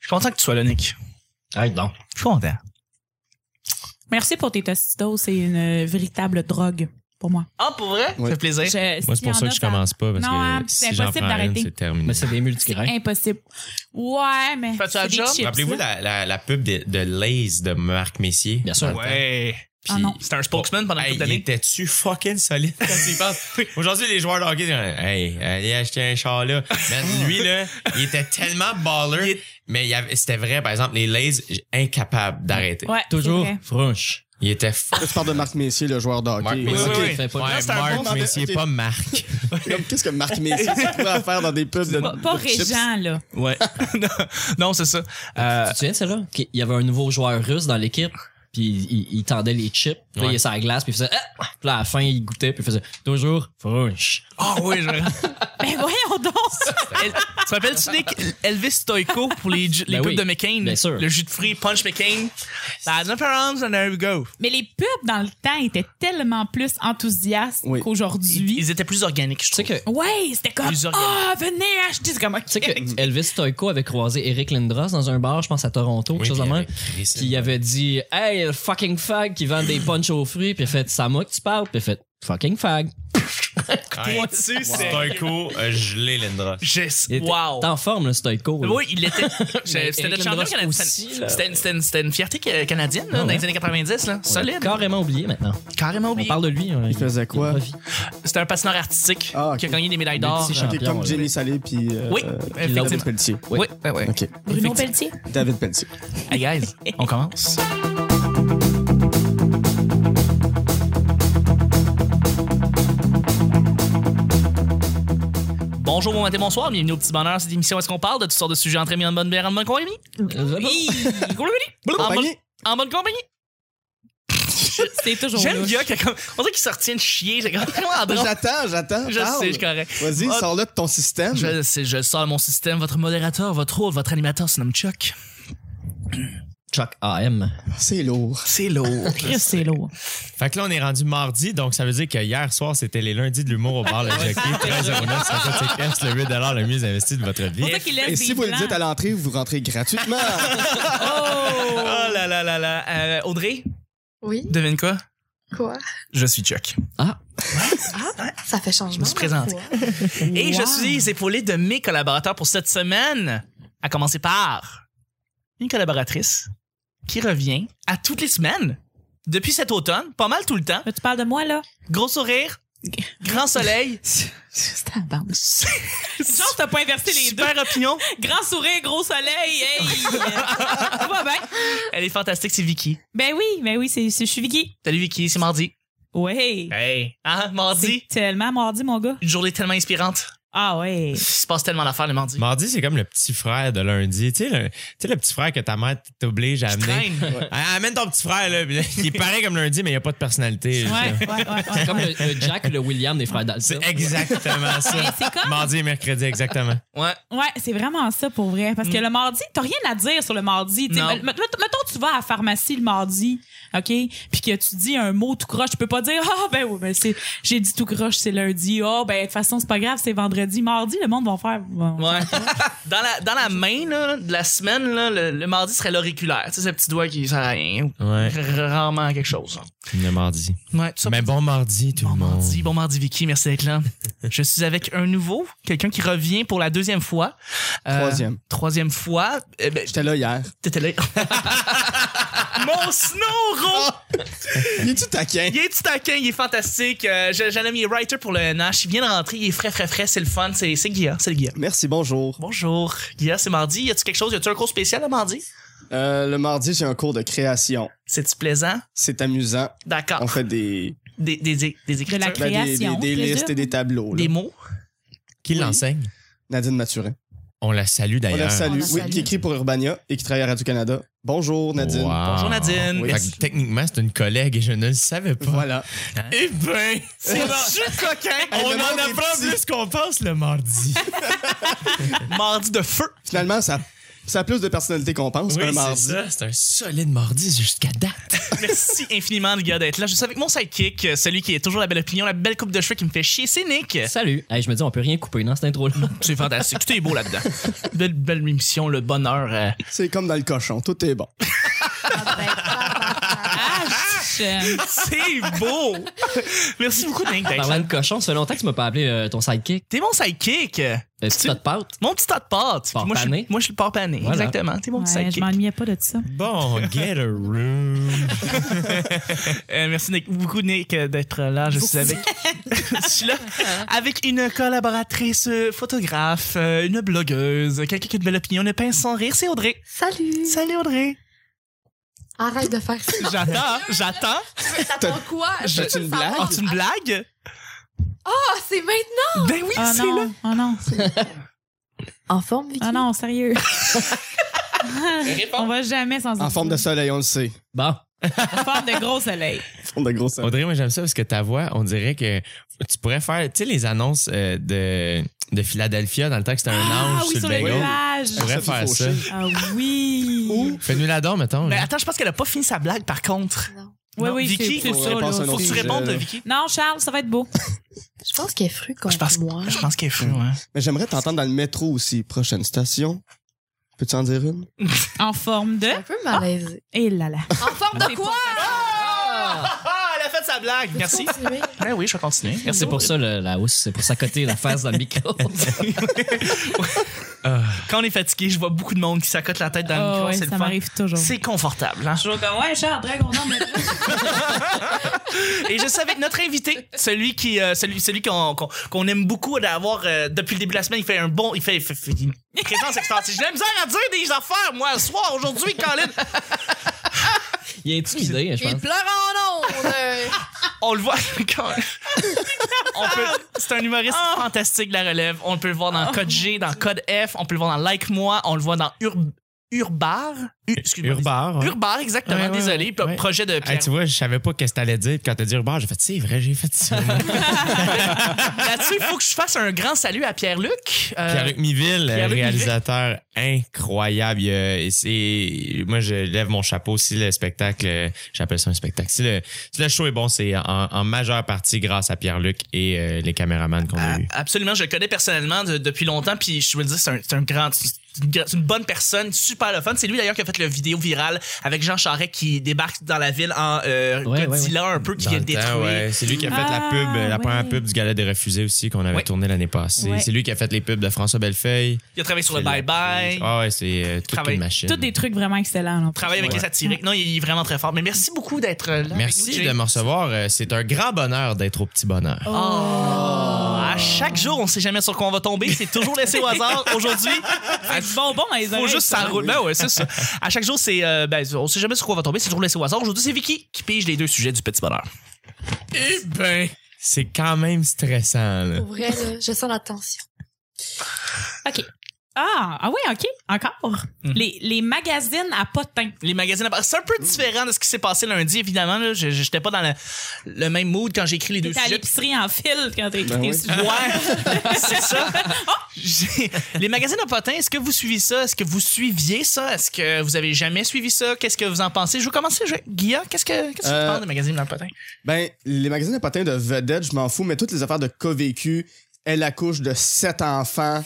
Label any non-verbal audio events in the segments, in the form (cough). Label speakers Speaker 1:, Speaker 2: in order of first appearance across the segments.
Speaker 1: suis content que tu sois là, Nick.
Speaker 2: Hey, non.
Speaker 1: Je suis content.
Speaker 3: Merci pour tes tostitos. C'est une véritable drogue pour moi.
Speaker 1: Ah, pour vrai? Ça
Speaker 4: Ouais.
Speaker 1: fait plaisir.
Speaker 3: Je-
Speaker 5: Moi,
Speaker 3: s'il
Speaker 5: c'est
Speaker 3: y en
Speaker 5: pour ça
Speaker 3: a,
Speaker 5: que je commence pas parce
Speaker 3: Non, hein,
Speaker 5: que
Speaker 3: c'est
Speaker 5: si j'en
Speaker 3: impossible
Speaker 5: prends une,
Speaker 3: d'arrêter.
Speaker 5: c'est terminé.
Speaker 2: Mais c'est des multigrains.
Speaker 3: Impossible. Ouais, mais.
Speaker 1: Fais-tu
Speaker 3: c'est
Speaker 1: la
Speaker 3: des
Speaker 1: job?
Speaker 3: chips,
Speaker 5: Rappelez-vous
Speaker 3: là.
Speaker 5: la, la, la pub de, de Lays de Marc Messier.
Speaker 2: Bien sûr.
Speaker 1: Ouais.
Speaker 3: Ah non.
Speaker 1: C'était un spokesman pendant une
Speaker 5: Hey,
Speaker 1: couple
Speaker 5: il
Speaker 1: d'années.
Speaker 5: était-tu fucking solide quand tu y penses? Aujourd'hui, les joueurs de hockey, ils disent, hey, allez acheter un char là. Mais lui, là, il était tellement baller, mais il y avait- c'était vrai, par exemple, les Lays, j- incapable d'arrêter.
Speaker 3: Ouais,
Speaker 2: Toujours
Speaker 3: c'est vrai.
Speaker 2: franche.
Speaker 5: Il était fou.
Speaker 4: Tu parles de Marc Messier, le joueur de hockey.
Speaker 5: Marc
Speaker 4: Ouais,
Speaker 5: Messier.
Speaker 4: ok.
Speaker 1: oui, oui.
Speaker 2: Fais pas-
Speaker 5: Ouais,
Speaker 4: Non, c'est un
Speaker 5: Marc
Speaker 4: bon
Speaker 5: Messier,
Speaker 4: vendeur.
Speaker 5: pas Marc.
Speaker 4: Comme, Qu'est-ce que Marc Messier se trouvait à faire dans des pubs de.
Speaker 3: Pas, pas
Speaker 4: de chips?
Speaker 3: régent, là.
Speaker 1: Ouais. (laughs) Non, non, c'est ça. Euh,
Speaker 2: Tu te souviens de celle-là? Qu'il- Il y avait un nouveau joueur russe dans l'équipe, puis il, il- il tendait les chips, puis là,
Speaker 5: Ouais.
Speaker 2: il était à la glace, puis il faisait Ah! Puis là, à la fin, il goûtait, puis il faisait toujours franche.
Speaker 1: Ah oui, je
Speaker 3: Mais Ben, voyons donc! (laughs)
Speaker 1: El- Tu rappelles-tu Nick Elvis Stoico pour les, ju- les
Speaker 2: Ben
Speaker 1: pubs
Speaker 2: oui,
Speaker 1: de McCain?
Speaker 2: bien sûr.
Speaker 1: Le jus de fruits Punch McCain. That's no problems and there we go.
Speaker 3: Mais les pubs, dans le temps, étaient tellement plus enthousiastes
Speaker 4: Oui.
Speaker 1: Ils,
Speaker 3: qu'aujourd'hui.
Speaker 1: ils étaient plus organiques, je
Speaker 2: Tu sais
Speaker 1: trouve.
Speaker 2: que, tu
Speaker 3: Ouais, c'était comme.
Speaker 1: Plus organique.
Speaker 3: Ah, venez acheter! C'est comme. ok.
Speaker 2: sais que Elvis Stoiko avait croisé Eric Lindros dans un bar, je pense à Toronto, quelque
Speaker 5: Oui,
Speaker 2: chose de
Speaker 5: puis
Speaker 2: même.
Speaker 5: avec Chris,
Speaker 2: Puis il avait dit Hey, le fucking fag qui vend des punch aux fruits, puis il fait C'est à moi que tu parles, puis il fait fucking fag.
Speaker 5: Ouais.
Speaker 1: Pointu, c'est-
Speaker 5: C'est un coup euh, gelé, Lindros.
Speaker 1: Je-
Speaker 2: Il était-
Speaker 1: Wow.
Speaker 2: T'es en forme, le Stoiko. là.
Speaker 1: Oui, il
Speaker 2: (laughs)
Speaker 1: était. C'était
Speaker 2: Eric
Speaker 1: le champion
Speaker 2: Lindros
Speaker 1: canadien.
Speaker 2: aussi, là.
Speaker 1: C'était une- c'était une- c'était une fierté ca- canadienne là, dans les années 90. Là.
Speaker 2: On l'a
Speaker 1: Solide.
Speaker 2: Carrément oublié maintenant.
Speaker 1: Carrément
Speaker 2: On
Speaker 1: oublié.
Speaker 2: parle de lui. hein.
Speaker 4: Il faisait quoi?
Speaker 2: revit.
Speaker 1: C'était un patineur artistique
Speaker 4: Ah, ok.
Speaker 1: qui a gagné des médailles d'or.
Speaker 2: Multi-champion.
Speaker 4: Ok,
Speaker 2: Champion,
Speaker 4: comme
Speaker 2: là.
Speaker 4: Jenny Salé puis. euh,
Speaker 1: Oui,
Speaker 4: euh,
Speaker 1: effectivement.
Speaker 4: David Pelletier.
Speaker 1: Oui, oui, oui.
Speaker 4: Ok.
Speaker 3: Bruno Pelletier?
Speaker 4: David Pelletier.
Speaker 1: Hey guys, on commence. Bonjour, bon matin, bonsoir. Bienvenue au Petit Bonheur, cette émission où est-ce qu'on parle de toutes sortes de sujets entre amis en bonne bière, en bonne compagnie. (laughs)
Speaker 2: Euh,
Speaker 1: Oui. en, bonne,
Speaker 4: Compagnie.
Speaker 1: en bonne compagnie. (laughs)
Speaker 3: C'est toujours.
Speaker 1: J'aime
Speaker 3: louche.
Speaker 1: bien qu'il y a comme... On dirait qu'il se retient de chier. (laughs) C'est comme Ah, vraiment drôle.
Speaker 4: J'attends, j'attends.
Speaker 1: Je
Speaker 4: parle.
Speaker 1: sais, je suis correct.
Speaker 4: Vas-y,
Speaker 1: Ah,
Speaker 4: sors-le de ton système.
Speaker 1: Je, sais, je sors de mon système. Votre modérateur, votre hôte, votre animateur se nomme Chuck.
Speaker 2: Chuck AM.
Speaker 4: C'est lourd.
Speaker 1: C'est lourd.
Speaker 3: Chris, c'est lourd.
Speaker 5: Fait que là, on est rendu mardi, donc ça veut dire que hier soir, c'était les lundis de l'humour au bar Le Jockey. 13,09 57 cash, le 8 le mieux investi de votre vie.
Speaker 3: C'est pour ça qu'il laisse
Speaker 4: Et
Speaker 3: des
Speaker 4: si vous le
Speaker 3: blancs.
Speaker 4: dites à l'entrée, vous rentrez
Speaker 1: (laughs)
Speaker 4: gratuitement.
Speaker 1: Oh là là là là. Euh, Audrey,
Speaker 6: Oui,
Speaker 1: devine quoi?
Speaker 6: quoi?
Speaker 1: Je suis Chuck.
Speaker 6: Ça fait changement.
Speaker 1: Je me suis présenté.
Speaker 6: parfois.
Speaker 1: Et je
Speaker 3: Wow.
Speaker 1: suis épaulé de mes collaborateurs pour cette semaine, à commencer par une collaboratrice qui revient à toutes les semaines depuis cet automne, pas mal tout le temps.
Speaker 3: Là, tu parles de moi, là?
Speaker 1: Gros sourire, grand soleil,
Speaker 3: C'était la bande. Genre, t'as pas inversé les deux.
Speaker 1: super opinion.
Speaker 3: Grand sourire, gros soleil, hey! Ça va bien?
Speaker 1: Elle est fantastique, c'est Vicky.
Speaker 3: Ben oui, ben oui, c'est, c'est- je suis Vicky.
Speaker 1: Salut Vicky, c'est mardi.
Speaker 3: Ouais.
Speaker 1: Hey. Hein, mardi?
Speaker 3: C'est tellement mardi, mon gars.
Speaker 1: Une journée tellement inspirante.
Speaker 3: Ah ouais.
Speaker 1: Il se passe tellement d'affaires le mardi.
Speaker 5: Mardi, c'est comme le petit frère de lundi. Tu sais, le, tu sais, le petit frère que ta mère t'oblige à
Speaker 1: Je
Speaker 5: amener.
Speaker 1: traîne.
Speaker 5: Ah, amène ton petit frère, là. Puis là, Il est pareil comme lundi, mais il n'y a pas de personnalité.
Speaker 3: Ouais, ouais, ouais, ouais.
Speaker 2: C'est comme le, le Jack ou le William des frères Dalton.
Speaker 5: C'est exactement
Speaker 3: Mais
Speaker 5: ça.
Speaker 3: c'est comme-
Speaker 5: Mardi et mercredi, exactement.
Speaker 1: Ouais.
Speaker 3: Ouais, c'est vraiment ça pour vrai. Parce que le mardi, t'as rien à dire sur le mardi. T'sais,
Speaker 1: Mm. Non.
Speaker 3: met- met- Mettons, tu vas à la pharmacie le mardi, OK? Puis que tu dis un mot tout croche. Tu peux pas dire, ah, ben oui, ben c'est, j'ai dit tout croche, c'est lundi. Ah, ben, de toute façon, c'est pas grave, c'est vendredi. Mardi, le monde va faire. bon,
Speaker 1: (laughs) Ouais. dans, la, dans la main là, de la semaine, là, le, le mardi serait l'auriculaire. Tu sais, ce petit doigt qui sert à rien ou
Speaker 5: Ouais,
Speaker 1: rarement à quelque chose.
Speaker 5: le mardi.
Speaker 1: Ouais, tout ça
Speaker 5: Mais
Speaker 1: pour
Speaker 5: bon mardi, tout
Speaker 1: dire-
Speaker 5: le
Speaker 1: bon
Speaker 5: monde.
Speaker 1: mardi, bon mardi Vicky, merci d'être
Speaker 5: (laughs)
Speaker 1: là. Je suis avec un nouveau, quelqu'un qui revient pour la deuxième fois. Euh,
Speaker 4: Troisième.
Speaker 1: Troisième fois. Eh ben,
Speaker 4: J'étais là hier.
Speaker 1: t'étais là. (laughs) Mon
Speaker 5: Oh.
Speaker 1: snow
Speaker 4: Il est-tu taquin?
Speaker 1: Il est tout taquin, il est fantastique. Euh, j'ai- j'ai un ami writer pour le NH. Il vient de rentrer, il est frais, frais, frais, c'est le fun, c'est c'est Guilla, c'est le Guilla.
Speaker 4: Merci, bonjour.
Speaker 1: Bonjour. Guilla, c'est mardi. Y a-tu quelque chose? Y a-tu un cours spécial à mardi?
Speaker 4: Euh, le mardi, j'ai un cours de création.
Speaker 1: C'est-tu plaisant?
Speaker 4: C'est amusant.
Speaker 1: D'accord.
Speaker 4: On fait des,
Speaker 1: Des, des, des, des écritures.
Speaker 3: De la
Speaker 4: ben, des,
Speaker 3: Création,
Speaker 4: des- des
Speaker 3: je
Speaker 4: listes
Speaker 3: présume.
Speaker 4: et des tableaux. là.
Speaker 1: Des mots.
Speaker 5: Qui l'enseigne?
Speaker 4: Nadine Mathurin.
Speaker 5: On la salue
Speaker 4: On la
Speaker 5: d'ailleurs.
Speaker 4: salue.
Speaker 6: On la
Speaker 4: Oui,
Speaker 6: salue.
Speaker 4: qui écrit pour Urbania et qui travaille à Radio-Canada. Bonjour, Nadine.
Speaker 5: Wow.
Speaker 1: Bonjour Nadine.
Speaker 4: Oui.
Speaker 5: Fait que techniquement, c'est une collègue et je ne le savais pas.
Speaker 4: Voilà.
Speaker 5: Eh ben,
Speaker 1: C'est juste coquin.
Speaker 4: Hey,
Speaker 5: on
Speaker 4: le
Speaker 5: en
Speaker 4: monde est
Speaker 5: apprend (laughs)
Speaker 4: petit.
Speaker 5: plus qu'on pense le mardi.
Speaker 1: Mardi de feu.
Speaker 4: Finalement, ça Ça a plus de personnalité qu'on pense,
Speaker 5: Oui,
Speaker 4: un
Speaker 5: c'est
Speaker 4: mardi.
Speaker 5: ça. C'est un solide mardi jusqu'à date.
Speaker 1: Merci infiniment, les gars, d'être là. Je suis avec mon sidekick, euh, celui qui est toujours la belle opinion, la belle coupe de cheveux qui me fait chier, c'est Nick.
Speaker 2: (laughs) Salut. Hey, je me dis, on peut rien couper dans cette intro-là.
Speaker 1: C'est fantastique. Tout est beau là-dedans. Belle, belle émission, le bonheur. euh.
Speaker 4: C'est comme dans le cochon, tout est bon.
Speaker 6: Ah, ben, (laughs)
Speaker 3: Ah, je-
Speaker 1: C'est beau! Merci beaucoup, Nick, d'être là.
Speaker 2: Parlant de cochon, ça fait longtemps que tu m'as pas appelé euh, ton sidekick.
Speaker 1: T'es mon sidekick. euh,
Speaker 2: Euh, tu
Speaker 1: Tu-
Speaker 2: t'as de pâte.
Speaker 1: Mon petit tas de pâtes. Puis
Speaker 2: Porc
Speaker 1: Moi, je suis-
Speaker 2: pané.
Speaker 1: moi, je suis le porc pané.
Speaker 2: Voilà.
Speaker 1: Exactement. T'es mon petit
Speaker 3: Ouais, je
Speaker 1: sidekick.
Speaker 3: m'ennuyais pas de ça.
Speaker 5: Bon, get a room.
Speaker 1: Euh, merci Nick- beaucoup, Nick, euh, d'être là. Je suis avec. (laughs) je suis
Speaker 3: (laughs)
Speaker 1: là avec une collaboratrice euh, photographe, euh, une blogueuse, quelqu'un qui a une belle opinion, ne pince sans rire. C'est Audrey.
Speaker 6: Salut!
Speaker 1: Salut, Audrey.
Speaker 6: Arrête de faire ça.
Speaker 1: J'attends, j'attends.
Speaker 6: T'attends quoi? Je
Speaker 4: t'as-tu
Speaker 6: veux
Speaker 4: une
Speaker 6: savoir.
Speaker 4: blague?
Speaker 1: Oh, c'est une blague?
Speaker 6: Ah, c'est maintenant!
Speaker 1: Ben oui,
Speaker 3: Oh
Speaker 1: c'est là.
Speaker 3: non, oh non,
Speaker 6: En forme, Vicky?
Speaker 3: oh
Speaker 1: (laughs)
Speaker 3: non, sérieux. (laughs) On va jamais sans
Speaker 4: En forme de soleil, on le sait.
Speaker 2: Bon.
Speaker 3: En forme de gros soleil.
Speaker 4: En forme de gros soleil.
Speaker 5: (laughs) Audrey, moi j'aime ça parce que ta voix, on dirait que tu pourrais faire, tu sais, les annonces euh, de, de Philadelphia dans le temps que c'était un
Speaker 3: Ah
Speaker 5: ange
Speaker 3: oui,
Speaker 5: sur,
Speaker 3: sur
Speaker 5: le
Speaker 3: les
Speaker 5: bagel.
Speaker 3: nuages.
Speaker 5: Tu pourrais faire ça.
Speaker 4: Sophie
Speaker 3: Ah oui.
Speaker 4: Ou-
Speaker 5: Fais-nous la dent, mettons.
Speaker 1: Ben
Speaker 5: là.
Speaker 1: attends, je pense qu'elle a pas fini sa blague, par contre.
Speaker 6: Non.
Speaker 3: Oui,
Speaker 1: Non,
Speaker 3: oui,
Speaker 1: Vicky,
Speaker 3: c'est- c'est
Speaker 4: faut
Speaker 3: ça.
Speaker 4: qu'on
Speaker 3: là,
Speaker 4: passe à un
Speaker 1: Faut
Speaker 4: autre
Speaker 1: que
Speaker 3: c'est-
Speaker 1: tu
Speaker 4: sujet.
Speaker 1: répondes, Vicky.
Speaker 3: Non, Charles, ça va être beau.
Speaker 6: Je pense qu'elle est fru
Speaker 1: Je pense,
Speaker 6: contre moi.
Speaker 1: je pense qu'elle est fou, hein. ouais.
Speaker 4: Mais j'aimerais t'entendre dans le métro aussi. Prochaine station. Peux-tu en dire une?
Speaker 3: En forme de.
Speaker 6: Un peu malaisée.
Speaker 3: Et Eh là là.
Speaker 6: En forme de quoi?
Speaker 1: Ah, elle a fait sa blague. Merci.
Speaker 6: Continuez.
Speaker 1: Ben oui, je vais continuer. Merci
Speaker 2: C'est pour ça le- la housse, c'est pour s'accoter la face dans
Speaker 5: (laughs)
Speaker 2: le micro.
Speaker 1: Quand on est fatigué, je vois beaucoup de monde qui s'accote la tête dans le
Speaker 3: Ah
Speaker 1: micro.
Speaker 3: ouais,
Speaker 1: c'est le
Speaker 3: ça
Speaker 1: fun.
Speaker 3: m'arrive toujours.
Speaker 1: C'est confortable. Hein?
Speaker 3: toujours comme, ouais, Charles, très content de
Speaker 1: Et je suis avec notre invité, celui qui, euh, celui, celui qu'on qu'on- qu'on aime beaucoup d'avoir euh, depuis le début de la semaine. Il fait un bon, il fait, il fait- il fait une présence extraordinaire. J'ai de la misère à dire des affaires moi le soir aujourd'hui, Colin.
Speaker 2: Il est intimidé, je
Speaker 6: Il
Speaker 2: pense.
Speaker 6: pleure en ondes!
Speaker 1: On le voit. (laughs) quand- on peut- C'est un humoriste fantastique de la relève. On peut le voir dans Code G, dans Code F. On peut le voir dans Like Moi. On le voit dans Urb Urbar. U- excuse-moi.
Speaker 5: Urbar. ouais.
Speaker 1: Urbar, exactement.
Speaker 5: Ouais, ouais,
Speaker 1: désolé.
Speaker 5: ouais,
Speaker 1: P-
Speaker 5: ouais.
Speaker 1: Projet de
Speaker 5: Hey,
Speaker 1: Pierre.
Speaker 5: tu vois, je savais pas qu'est-ce que t'allais dire. Puis quand t'as dit Urbar, j'ai fait, c'est vrai, j'ai fait (laughs) ça.
Speaker 1: Là-dessus, il faut que je fasse un grand salut à Pierre-Luc. Euh,
Speaker 5: Pierre-Luc Miville,
Speaker 1: Pierre-Luc
Speaker 5: réalisateur incroyable. Il, euh, c'est- moi, je lève mon chapeau si le spectacle, euh, j'appelle ça un spectacle. Si le, si le show est bon, c'est en, en majeure partie grâce à Pierre-Luc et euh, les caméramans qu'on
Speaker 1: Ah,
Speaker 5: a eus.
Speaker 1: Absolument, je le connais personnellement de- depuis longtemps, puis je veux le dire, c'est un, c'est un grand, c'est une, gra- c'est une bonne personne, super le fun. C'est lui d'ailleurs qui a fait le vidéo virale avec Jean Charest qui débarque dans la ville en euh,
Speaker 2: Ouais,
Speaker 1: Godzilla un peu, qui
Speaker 5: Dans
Speaker 1: vient
Speaker 5: le temps,
Speaker 1: détruire.
Speaker 5: ouais. C'est lui qui a fait
Speaker 3: Ah,
Speaker 5: la pub, euh, la
Speaker 3: ouais.
Speaker 5: première pub du Gala des Refusés aussi qu'on avait
Speaker 1: Ouais.
Speaker 5: tourné l'année passée.
Speaker 3: Ouais.
Speaker 5: C'est lui qui a fait les pubs de François Bellefeuille.
Speaker 1: Il a travaillé sur le
Speaker 5: C'est la-
Speaker 1: Bye Bye.
Speaker 5: Ah ouais, c'est euh, toute
Speaker 1: Travaille-
Speaker 5: une machine.
Speaker 3: Tous des trucs vraiment excellents. là, en plus.
Speaker 1: Travaille avec
Speaker 5: Ouais.
Speaker 1: les satiriques. Non, il est vraiment très fort. Mais merci beaucoup d'être euh, là. avec nous,
Speaker 5: Merci
Speaker 1: Jay.
Speaker 5: de me recevoir. Euh, C'est un grand bonheur d'être au petit bonheur.
Speaker 1: Oh.
Speaker 3: Ah.
Speaker 1: À chaque jour, on sait jamais sur quoi on va tomber. C'est toujours laissé au
Speaker 5: (laughs)
Speaker 1: hasard. Aujourd'hui,
Speaker 3: C'est bonbon dans les
Speaker 1: faut
Speaker 3: oreilles,
Speaker 1: juste
Speaker 3: ça.
Speaker 1: ça roule. Ben ouais, c'est ça. À chaque jour, c'est. euh, ben, on sait jamais sur quoi on va tomber. C'est toujours laissé au hasard. Aujourd'hui, c'est Vicky qui pige les deux sujets du petit bonheur.
Speaker 5: Eh ben, c'est quand même stressant. Là.
Speaker 6: Pour vrai, là, je sens la tension.
Speaker 3: OK. Ah, ah oui, OK. Encore. les, les magazines à pas de teint.
Speaker 1: Les magazines. à- C'est un peu différent de ce qui s'est passé lundi, évidemment. là. Je- je- J'étais pas dans le, le même mood quand j'ai écrit les deux
Speaker 3: T'es à
Speaker 1: sujets.
Speaker 3: l'épicerie en fil quand t'as écrit
Speaker 4: Ben
Speaker 3: tes
Speaker 4: oui.
Speaker 3: sujets.
Speaker 1: Ouais, (laughs) c'est ça. J'ai- Les magazines à potins, est-ce que vous suivez ça? Est-ce que vous suiviez ça? Est-ce que vous avez jamais suivi ça? Qu'est-ce que vous en pensez? Je vais commencer. Je... Guilla, qu'est-ce que, qu'est-ce que tu
Speaker 4: Euh,
Speaker 1: penses des magazines à potins?
Speaker 4: Ben, les magazines à potins de vedettes, je m'en fous, mais toutes les affaires de covécu, elle accouche de sept enfants.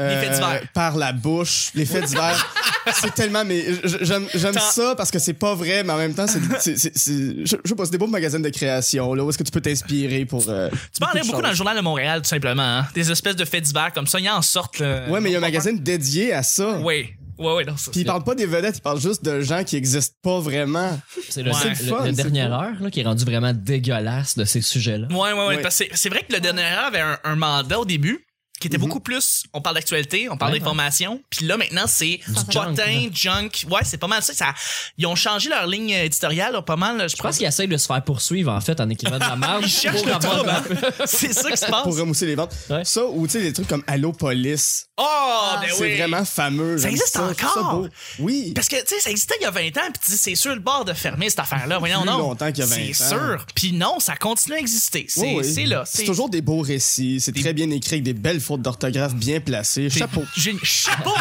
Speaker 4: euh,
Speaker 1: faits divers.
Speaker 4: Par la bouche, les faits divers.
Speaker 1: (laughs)
Speaker 4: c'est tellement. Mais j- j'aime j'aime
Speaker 1: T'as-
Speaker 4: ça parce que c'est pas vrai, mais en même temps, c'est. c'est- c'est- c'est- Je je sais pas, c'est des beaux magazines de création, là, où est-ce que tu peux t'inspirer pour. euh,
Speaker 1: Tu parlais
Speaker 4: de
Speaker 1: beaucoup
Speaker 4: choses.
Speaker 1: dans le journal de Montréal, tout simplement. hein. Des espèces de faits divers comme ça. Il y en sorte. Là,
Speaker 4: Ouais, mais il y a un magazine dédié à ça.
Speaker 1: Oui, oui, oui. non, ça,
Speaker 4: Puis ils
Speaker 1: c'est-
Speaker 4: parlent pas des vedettes, ils parlent juste de gens qui existent pas vraiment.
Speaker 2: C'est le,
Speaker 1: Ouais.
Speaker 2: le-
Speaker 4: C'est le fun,
Speaker 2: le
Speaker 4: c'est
Speaker 2: dernier
Speaker 4: cool.
Speaker 2: heure là, qui est rendu vraiment dégueulasse de ces sujets-là.
Speaker 1: Ouais, ouais, ouais.
Speaker 4: Ouais.
Speaker 1: Parce que c'est- c'est vrai que le dernier heure avait un, un mandat au début qui
Speaker 4: Mm-hmm.
Speaker 1: était beaucoup plus. On parle d'actualité, on parle
Speaker 2: Ouais.
Speaker 1: d'information. Puis là, maintenant, c'est
Speaker 2: Du junk,
Speaker 1: potin, junk. Ouais, c'est pas mal ça. ça. Ils ont changé leur ligne éditoriale là, pas mal. là, Je
Speaker 2: Je pense
Speaker 1: pense
Speaker 2: qu'il essaie de se faire poursuivre en fait en écrivant de la
Speaker 5: (laughs)
Speaker 2: marge.
Speaker 1: Ils cherchent
Speaker 2: (laughs) pour
Speaker 1: le
Speaker 2: avoir-
Speaker 1: trouble, (laughs) Ah, c'est ça qui se passe.
Speaker 4: pour remousser les ventes.
Speaker 2: Ouais.
Speaker 4: Ça, ou tu sais, des trucs comme Allopolis.
Speaker 1: Oh, ben oui.
Speaker 4: Ah, C'est vraiment fameux.
Speaker 1: Ça
Speaker 4: j'aime
Speaker 1: existe
Speaker 4: je trouve ça
Speaker 1: encore?
Speaker 4: beau. Oui.
Speaker 1: Parce que, tu sais, ça existait il y a 20 ans, puis tu dis, c'est sûr le bord de fermer cette affaire-là. Voyons,
Speaker 4: Plus
Speaker 1: non.
Speaker 4: longtemps qu'il y a 20
Speaker 1: C'est
Speaker 4: ans.
Speaker 1: sûr. Puis non, ça continue à exister. C'est
Speaker 4: Oui, oui.
Speaker 1: c'est là.
Speaker 4: C'est toujours des beaux récits. C'est très bien écrit avec des belles fautes d'orthographe bien placées.
Speaker 1: (laughs)
Speaker 4: Chapeau.
Speaker 1: J'ai- Chapeau!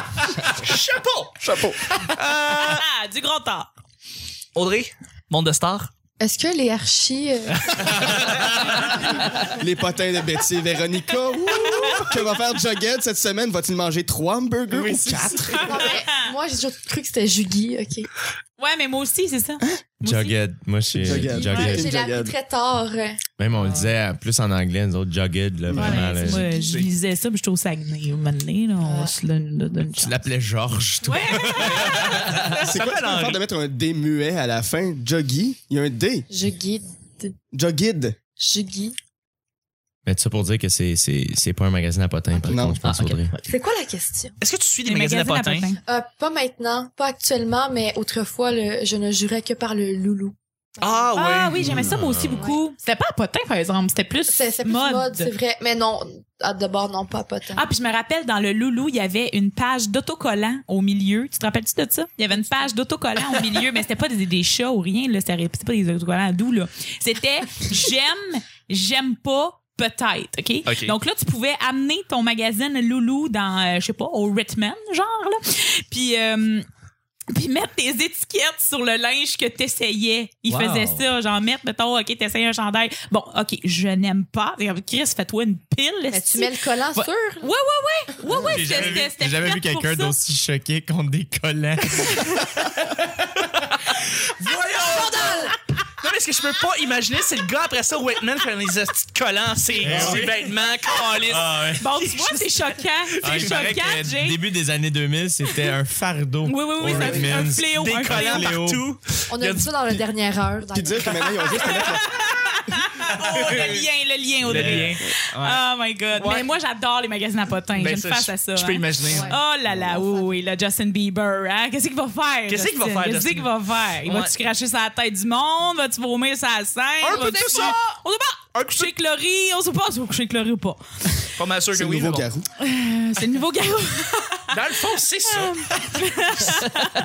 Speaker 1: Chapeau!
Speaker 4: Chapeau.
Speaker 3: Ah, du grand art.
Speaker 1: Audrey, monde de stars.
Speaker 6: Est-ce que les archis. euh,
Speaker 4: Les potins de Betty et Véronica. Ouh! Que va faire Jughead cette semaine? Va-t-il manger trois hamburgers
Speaker 5: Oui,
Speaker 4: ou
Speaker 5: c'est
Speaker 4: quatre?
Speaker 6: non, mais (laughs) moi, j'ai toujours cru que c'était Jugi, OK.
Speaker 3: Ouais, mais moi aussi, c'est ça. Moi aussi.
Speaker 5: Jughead. Moi, je suis
Speaker 4: Jughead.
Speaker 5: Jughead.
Speaker 4: Ouais.
Speaker 6: J'ai l'appris
Speaker 4: Jugged.
Speaker 6: très tard. euh,
Speaker 5: Même on le disait euh, plus en anglais, nous autres, Jughead, là,
Speaker 3: Ouais,
Speaker 5: vraiment.
Speaker 3: c'est
Speaker 5: là.
Speaker 1: Ben,
Speaker 3: moi, je lisais ça, mais j'étais au Saguenay. Maintenant, là, on
Speaker 6: Ah.
Speaker 3: se le- le donne une
Speaker 5: Tu
Speaker 3: chance.
Speaker 5: l'appelais Georges, toi.
Speaker 4: Ah, C'est quoi
Speaker 1: fait
Speaker 4: le faire
Speaker 1: l'envie.
Speaker 4: de mettre un D muet à la fin? Juggy? Il y a un D.
Speaker 6: Jugi.
Speaker 4: Jugged.
Speaker 6: Jugi.
Speaker 5: Mais tout ça pour dire que c'est, c'est, c'est pas un magazine à potins, par
Speaker 4: Non.
Speaker 5: contre, je pense,
Speaker 2: Ah, ok.
Speaker 5: Audrey.
Speaker 6: C'est quoi la question?
Speaker 1: Est-ce que tu suis des
Speaker 3: Les
Speaker 1: magazines à
Speaker 3: magazines à
Speaker 1: potins?
Speaker 3: potins.
Speaker 6: Euh, pas maintenant, pas actuellement, mais autrefois, le- je ne jurais que par le loulou.
Speaker 1: Ah, ouais.
Speaker 3: Ah oui, j'aimais ça moi aussi beaucoup. C'était pas à potin, par exemple. C'était plus,
Speaker 6: C'est c'est plus
Speaker 3: mode.
Speaker 6: mode, c'est vrai. Mais non, ah, d'abord, non, pas à potin.
Speaker 3: Ah, puis je me rappelle, dans le loulou, il y avait une page d'autocollant au milieu. Tu te rappelles-tu de ça? Il y avait une page d'autocollant au milieu, mais c'était pas des, des chats ou rien, là. C'était c'était pas des autocollants à doux, là. C'était j'aime, j'aime pas, peut-être, OK?
Speaker 1: OK.
Speaker 3: Donc là, tu pouvais amener ton magazine loulou dans, euh, je sais pas, au Ritman, genre, là. Puis, euh, puis mettre tes étiquettes sur le linge que t'essayais. Ils
Speaker 2: Wow.
Speaker 3: faisaient ça, genre mettre, mettons, OK, t'essayes un chandail. Bon, OK, je n'aime pas. Chris, fais-toi une pile.
Speaker 6: Mais
Speaker 3: esti.
Speaker 6: tu mets le collant
Speaker 3: Ouais.
Speaker 6: sur?
Speaker 3: Ouais, ouais, ouais. Ouais, ouais,
Speaker 5: J'ai
Speaker 3: c'était-
Speaker 5: jamais vu,
Speaker 3: c'était- c'était
Speaker 5: j'ai jamais
Speaker 3: fait
Speaker 5: vu
Speaker 3: pour
Speaker 5: quelqu'un
Speaker 3: ça.
Speaker 5: d'aussi choqué contre des collants.
Speaker 1: Non, mais ce que je peux pas imaginer, c'est le gars après ça, Whitman, fait des petites collants, ses
Speaker 4: Eh
Speaker 1: petits
Speaker 5: oui.
Speaker 1: vêtements, câlisses.
Speaker 5: Ah, ouais.
Speaker 3: Bon, tu vois,
Speaker 1: (laughs)
Speaker 3: c'est choquant.
Speaker 5: Ah,
Speaker 3: C'est
Speaker 5: il paraît
Speaker 3: choquant,
Speaker 5: que
Speaker 3: Jay.
Speaker 5: début des années 2000, c'était un fardeau.
Speaker 3: Oui, oui, oui,
Speaker 5: au
Speaker 3: c'est un-
Speaker 5: Redmans.
Speaker 3: un fléau.
Speaker 1: Des
Speaker 3: un
Speaker 1: collants
Speaker 5: Léo.
Speaker 1: partout.
Speaker 6: On
Speaker 1: Il y a
Speaker 6: a vu
Speaker 1: du-
Speaker 6: ça dans la dernière heure. dans
Speaker 4: Puis
Speaker 6: le- (laughs)
Speaker 4: dire que maintenant, ils ont juste à mettre
Speaker 3: Oh, le lien, le lien, Audrey.
Speaker 1: Le lien.
Speaker 3: Oh my God.
Speaker 1: Ouais.
Speaker 3: Mais moi, j'adore les magazines à potins.
Speaker 1: Ben,
Speaker 3: J'ai
Speaker 1: ça,
Speaker 3: une face
Speaker 1: je-
Speaker 3: à ça.
Speaker 1: Je peux
Speaker 3: hein.
Speaker 1: imaginer.
Speaker 6: Ouais.
Speaker 3: Oh là là, oui, oui, le Justin Bieber. Hein? Qu'est-ce qu'il va faire?
Speaker 1: Qu'est-ce qu'il va
Speaker 3: Justin?
Speaker 1: faire,
Speaker 3: Qu'est-ce
Speaker 1: Justin?
Speaker 3: qu'il va faire? Il va-tu
Speaker 1: Ouais.
Speaker 3: cracher sa tête du monde? Va-tu vomir sa scène?
Speaker 1: Un peu
Speaker 3: Va-tu-
Speaker 1: de ça.
Speaker 3: On sait pas! coucher avec le riz, on sait pas si va coucher avec le riz ou pas.
Speaker 1: Pas mal sûr
Speaker 4: c'est
Speaker 1: que
Speaker 4: le
Speaker 1: Ah, oui.
Speaker 4: nouveau
Speaker 1: mais bon.
Speaker 4: garou.
Speaker 3: Euh, C'est le nouveau (laughs) garou.
Speaker 1: Dans le fond, c'est ça.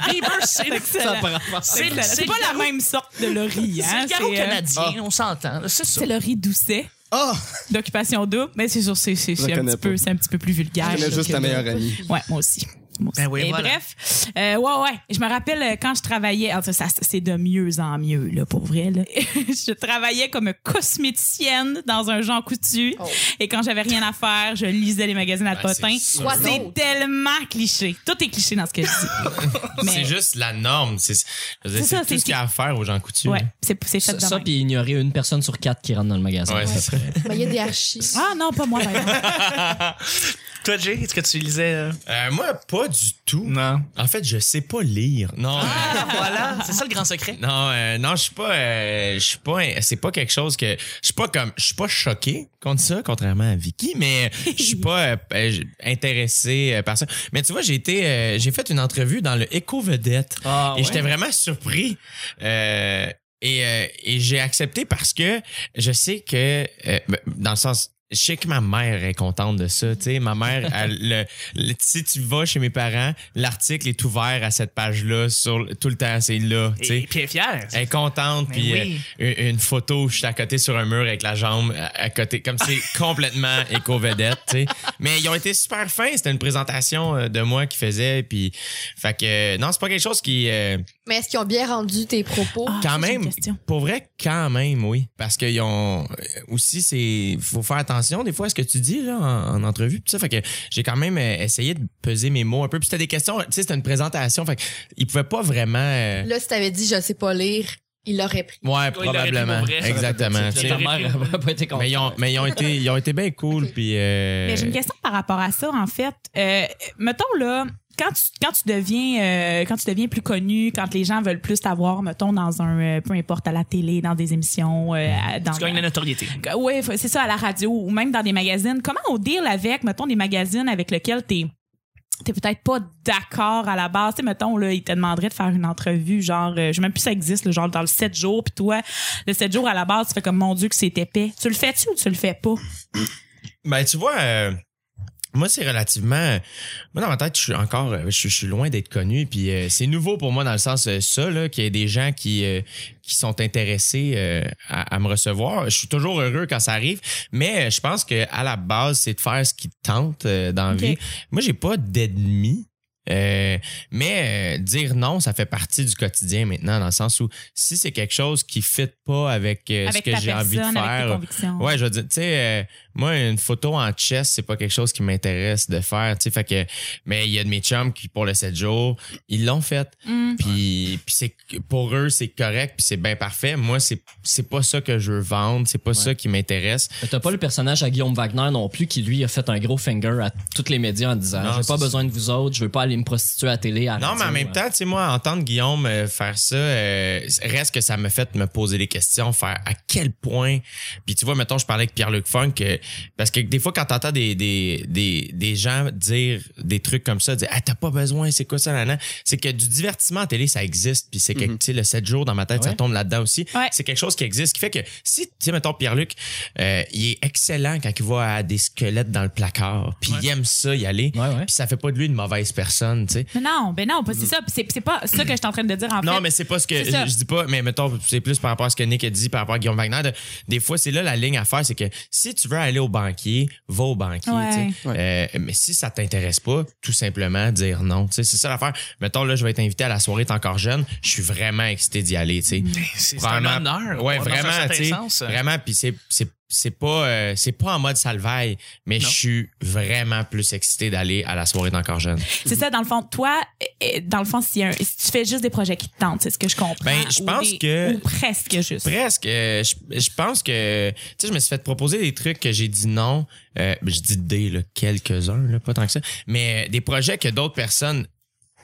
Speaker 1: Bieber, c'est le
Speaker 3: Excellent.
Speaker 1: C'est
Speaker 3: Excellent. C'est pas la même sorte de le riz.
Speaker 1: C'est
Speaker 3: hein?
Speaker 1: le garou
Speaker 3: Ah. euh,
Speaker 1: canadien, on s'entend. là, C'est ça.
Speaker 3: C'est le riz doucet
Speaker 4: Ah!
Speaker 3: d'occupation double, mais c'est sûr, c'est c'est-
Speaker 4: Je
Speaker 3: c'est un
Speaker 4: connais
Speaker 3: petit
Speaker 4: pas.
Speaker 3: peu, c'est un petit peu plus vulgaire.
Speaker 4: Je connais
Speaker 3: là,
Speaker 4: juste
Speaker 3: que
Speaker 4: ta
Speaker 3: le-
Speaker 4: meilleure amie.
Speaker 3: Ouais, moi aussi. Moi aussi.
Speaker 1: Ben oui,
Speaker 3: Et
Speaker 1: voilà.
Speaker 3: bref, euh, ouais, ouais. Je me rappelle euh, quand je travaillais, alors ça, ça, c'est de mieux en mieux, là, pour vrai. Là. (laughs) je travaillais comme cosméticienne dans un Jean Coutu.
Speaker 6: Oh.
Speaker 3: Et quand j'avais rien à faire, je lisais les magazines à
Speaker 5: Ah, c'est
Speaker 3: potins.
Speaker 5: sûr.
Speaker 6: Soit
Speaker 3: C'est
Speaker 6: autre.
Speaker 3: tellement cliché. Tout est cliché dans ce que je dis. Mais-
Speaker 5: C'est juste la norme. C'est, je veux dire,
Speaker 3: C'est ça,
Speaker 5: c'est tout
Speaker 3: c'est-
Speaker 5: ce qu'il y a à faire aux gens coutus.
Speaker 3: Ouais, c'est c'est fait
Speaker 2: Ça,
Speaker 3: de
Speaker 2: ça,
Speaker 3: même.
Speaker 2: puis ignorer une personne sur quatre qui rentre dans le magasin.
Speaker 5: Ouais, c'est ça.
Speaker 6: Mais il y a des archis.
Speaker 3: Ah non, pas moi, par exemple.
Speaker 1: Toi, Jay, est-ce que tu lisais. euh,
Speaker 5: Euh, moi, pas du tout.
Speaker 1: Non.
Speaker 5: En fait, je sais pas lire. Non.
Speaker 3: Ah,
Speaker 5: euh,
Speaker 1: voilà, c'est ça le grand secret.
Speaker 5: Non, euh, non, je suis pas, euh, je suis pas, un- c'est pas quelque chose que, je suis pas comme, je suis pas choqué contre ça, contrairement à Vicky, mais euh, je suis pas euh, euh, j- intéressé euh, par ça. Mais tu vois, j'ai été, euh, j'ai fait une entrevue dans le Éco Vedette et j'étais vraiment surpris. euh, et euh, et j'ai accepté parce que je sais que, euh, ben, dans le sens. Je sais que ma mère est contente de ça, tu sais. Ma mère, elle, le, le- si tu vas chez mes parents, l'article est ouvert à cette page-là sur tout le temps, c'est là, tu sais.
Speaker 1: Et puis elle est fière.
Speaker 5: Elle est contente,
Speaker 1: Mais
Speaker 5: puis
Speaker 1: oui.
Speaker 5: euh, une, une photo, je suis à côté sur un mur avec la jambe euh, à, à côté, comme
Speaker 1: (laughs)
Speaker 5: c'est complètement éco-vedette, tu sais. Mais ils ont été super fins, c'était une présentation euh, de moi qu'ils faisaient, puis... Fait que, euh, non, c'est pas quelque chose qui... euh,
Speaker 6: Mais est-ce qu'ils ont bien rendu tes propos?
Speaker 3: Ah,
Speaker 5: quand
Speaker 3: ça, c'est une
Speaker 5: même, euh,
Speaker 3: question.
Speaker 5: pour vrai, quand même, oui. Parce qu'ils ont... euh, Aussi, c'est... Faut faire attention, des fois, à ce que tu dis, là, en, en entrevue, puis ça. Fait que j'ai quand même euh, essayé de peser mes mots un peu. Puis c'était des questions... Tu sais, c'était une présentation, fait que ils pouvaient pas vraiment... euh,
Speaker 6: Là, si t'avais dit je sais pas lire, il l'aurait pris.
Speaker 5: Ouais,
Speaker 1: il l'aurait pris
Speaker 5: probablement.
Speaker 1: pour vrai, ça (laughs)
Speaker 5: Exactement.
Speaker 1: aurait
Speaker 5: tu
Speaker 1: été
Speaker 5: sais.
Speaker 2: Ta mère n'a pas été
Speaker 5: Mais ils
Speaker 2: contente.
Speaker 5: ont, mais ils ont été, ils ont été bien cool. Puis, euh,
Speaker 3: Mais j'ai une question par rapport à ça, en fait. Euh, mettons, là, quand tu, quand, tu deviens, euh, quand tu deviens plus connu, quand les gens veulent plus t'avoir, mettons, dans un... euh, peu importe, à la télé, dans des émissions, euh, à- dans...
Speaker 1: Tu gagnes la notoriété.
Speaker 3: Ouais, faut- c'est ça, à la radio ou même dans des magazines. Comment on deal avec, mettons, des magazines avec lesquels t'es t'es peut-être pas d'accord à la base. Tu sais, mettons, là, ils te demanderaient de faire une entrevue, genre, euh, je sais même plus si ça existe, le genre dans le 7 jours, puis toi, le 7 jours à la base, tu fais comme, mon Dieu, que c'est épais. Tu le fais-tu ou tu le fais pas?
Speaker 5: ben, tu vois, euh, Moi, c'est relativement. Moi, dans ma tête, je suis encore. euh, Je, suis- je suis loin d'être connu. Puis euh, c'est nouveau pour moi dans le sens euh, ça, là, qu'il y ait des gens qui, euh, qui sont intéressés euh, à, à me recevoir. Je suis toujours heureux quand ça arrive. Mais euh, je pense que à la base, c'est de faire ce qui te tente euh, dans la
Speaker 3: Ok.
Speaker 5: vie. Moi, j'ai pas d'ennemis. Euh, mais euh, dire non, ça fait partie du quotidien maintenant, dans le sens où si c'est quelque chose qui fit pas avec, euh,
Speaker 3: avec
Speaker 5: ce
Speaker 3: ta
Speaker 5: que j'ai envie de
Speaker 3: personne, avec
Speaker 5: faire,
Speaker 3: tes convictions.
Speaker 5: Ouais, je veux dire, tu sais, euh, moi, une photo en chess, c'est pas quelque chose qui m'intéresse de faire, tu sais, fait que, mais il y a de mes chums qui, pour le 7 jours, ils l'ont fait.
Speaker 3: Mm.
Speaker 5: Puis, puis c'est, pour eux, c'est correct, puis c'est bien parfait. Moi, c'est, c'est pas ça que je veux vendre, c'est pas ça qui m'intéresse.
Speaker 2: Mais T'as pas le personnage à Guillaume Wagner non plus qui lui a fait un gros finger à tous les médias en disant
Speaker 5: Non,
Speaker 2: j'ai pas
Speaker 5: c'est-
Speaker 2: besoin de vous autres, je veux pas aller me prostituer à la télé. à la
Speaker 5: Non, mais en
Speaker 2: radio,
Speaker 5: même
Speaker 2: hein.
Speaker 5: temps, tu sais, moi, entendre Guillaume euh, faire ça, euh, reste que ça me fait me poser des questions, faire à quel point. Puis tu vois, mettons, je parlais avec Pierre-Luc Funk, euh, parce que des fois, quand t'entends des, des, des, des gens dire des trucs comme ça, dire, ah, t'as pas besoin, c'est quoi ça, nanan? C'est que du divertissement en télé, ça existe, puis c'est quelque, tu sais, le 7 jours dans ma tête, ça
Speaker 2: Mhm. Ouais.
Speaker 5: tombe là-dedans aussi.
Speaker 3: Ouais.
Speaker 5: C'est quelque chose qui existe, qui fait que si, tu sais, mettons, Pierre-Luc, euh, il est excellent quand il voit euh, des squelettes dans le placard, puis il aime ça y aller,
Speaker 2: Ouais, ouais.
Speaker 5: puis ça fait pas de lui une mauvaise personne, tu sais.
Speaker 3: Mais non, ben non, pas- c'est ça. puis C'est c'est pas ça que je suis en train de dire en
Speaker 5: Non,
Speaker 3: fait.
Speaker 5: mais c'est pas ce que
Speaker 3: c'est ça.
Speaker 5: je, je dis pas, mais mettons, c'est plus par rapport à ce que Nick a dit, par rapport à Guillaume Wagner. de- des fois, c'est là la ligne à faire, c'est que si tu veux aller au banquier, va au banquier.
Speaker 3: Ouais.
Speaker 5: tu sais. Euh, mais si ça t'intéresse pas, tout simplement dire non. tu sais. C'est ça l'affaire. Mettons, là, je vais être invité à la soirée, t'es encore jeune, je suis vraiment excité d'y aller. tu sais.
Speaker 1: C'est c'est un
Speaker 5: Probablement-
Speaker 1: honneur.
Speaker 5: Ouais,
Speaker 1: dans un
Speaker 5: vraiment,
Speaker 1: certain
Speaker 5: tu sais,
Speaker 1: sens.
Speaker 5: Vraiment, puis c'est c'est c'est pas euh, c'est pas en mode salvaille, mais je
Speaker 1: Non.
Speaker 5: suis vraiment plus excité d'aller à la soirée d'encore jeune.
Speaker 3: C'est ça, dans le fond, toi, euh, dans le fond, si, un, si tu fais juste des projets qui te tentent, c'est ce que je comprends.
Speaker 5: Ben, je
Speaker 3: Ou
Speaker 5: pense
Speaker 3: des-
Speaker 5: que-
Speaker 3: Ou presque juste.
Speaker 5: Presque. Euh, je, je pense que, tu sais, je me suis fait proposer des trucs que j'ai dit non. Euh, je dis des, là, quelques-uns, là, pas tant que ça. Mais euh, des projets que d'autres personnes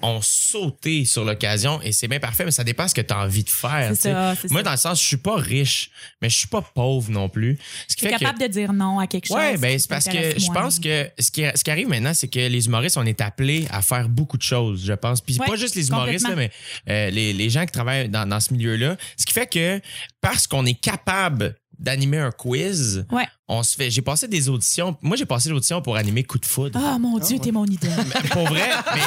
Speaker 5: ont sauté sur l'occasion et c'est bien parfait, mais ça dépend ce que tu as envie de faire.
Speaker 3: C'est
Speaker 5: tu sais.
Speaker 3: ça, c'est
Speaker 5: Moi,
Speaker 3: ça.
Speaker 5: dans le sens, je suis pas riche, mais je suis pas pauvre non plus. Ce qui
Speaker 3: T'es
Speaker 5: fait que-
Speaker 3: capable de dire non à quelque chose.
Speaker 5: Ouais, ben,
Speaker 3: qui
Speaker 5: c'est parce que
Speaker 3: t'intéresse
Speaker 5: je
Speaker 3: moins.
Speaker 5: pense que ce qui, ce qui arrive maintenant, c'est que les humoristes, on est appelés à faire beaucoup de choses, je pense. Puis
Speaker 3: Ouais,
Speaker 5: pas juste les humoristes, là,
Speaker 3: complètement.
Speaker 5: mais euh, les, les gens qui travaillent dans, dans ce milieu-là. Ce qui fait que parce qu'on est capable d'animer un quiz,
Speaker 3: Ouais.
Speaker 5: on se fait. J'ai passé des auditions. Moi, j'ai passé l'audition pour animer Coup de foudre.
Speaker 3: Oh mon Dieu,
Speaker 4: ouais.
Speaker 3: t'es mon idole.
Speaker 5: Pour vrai, mais,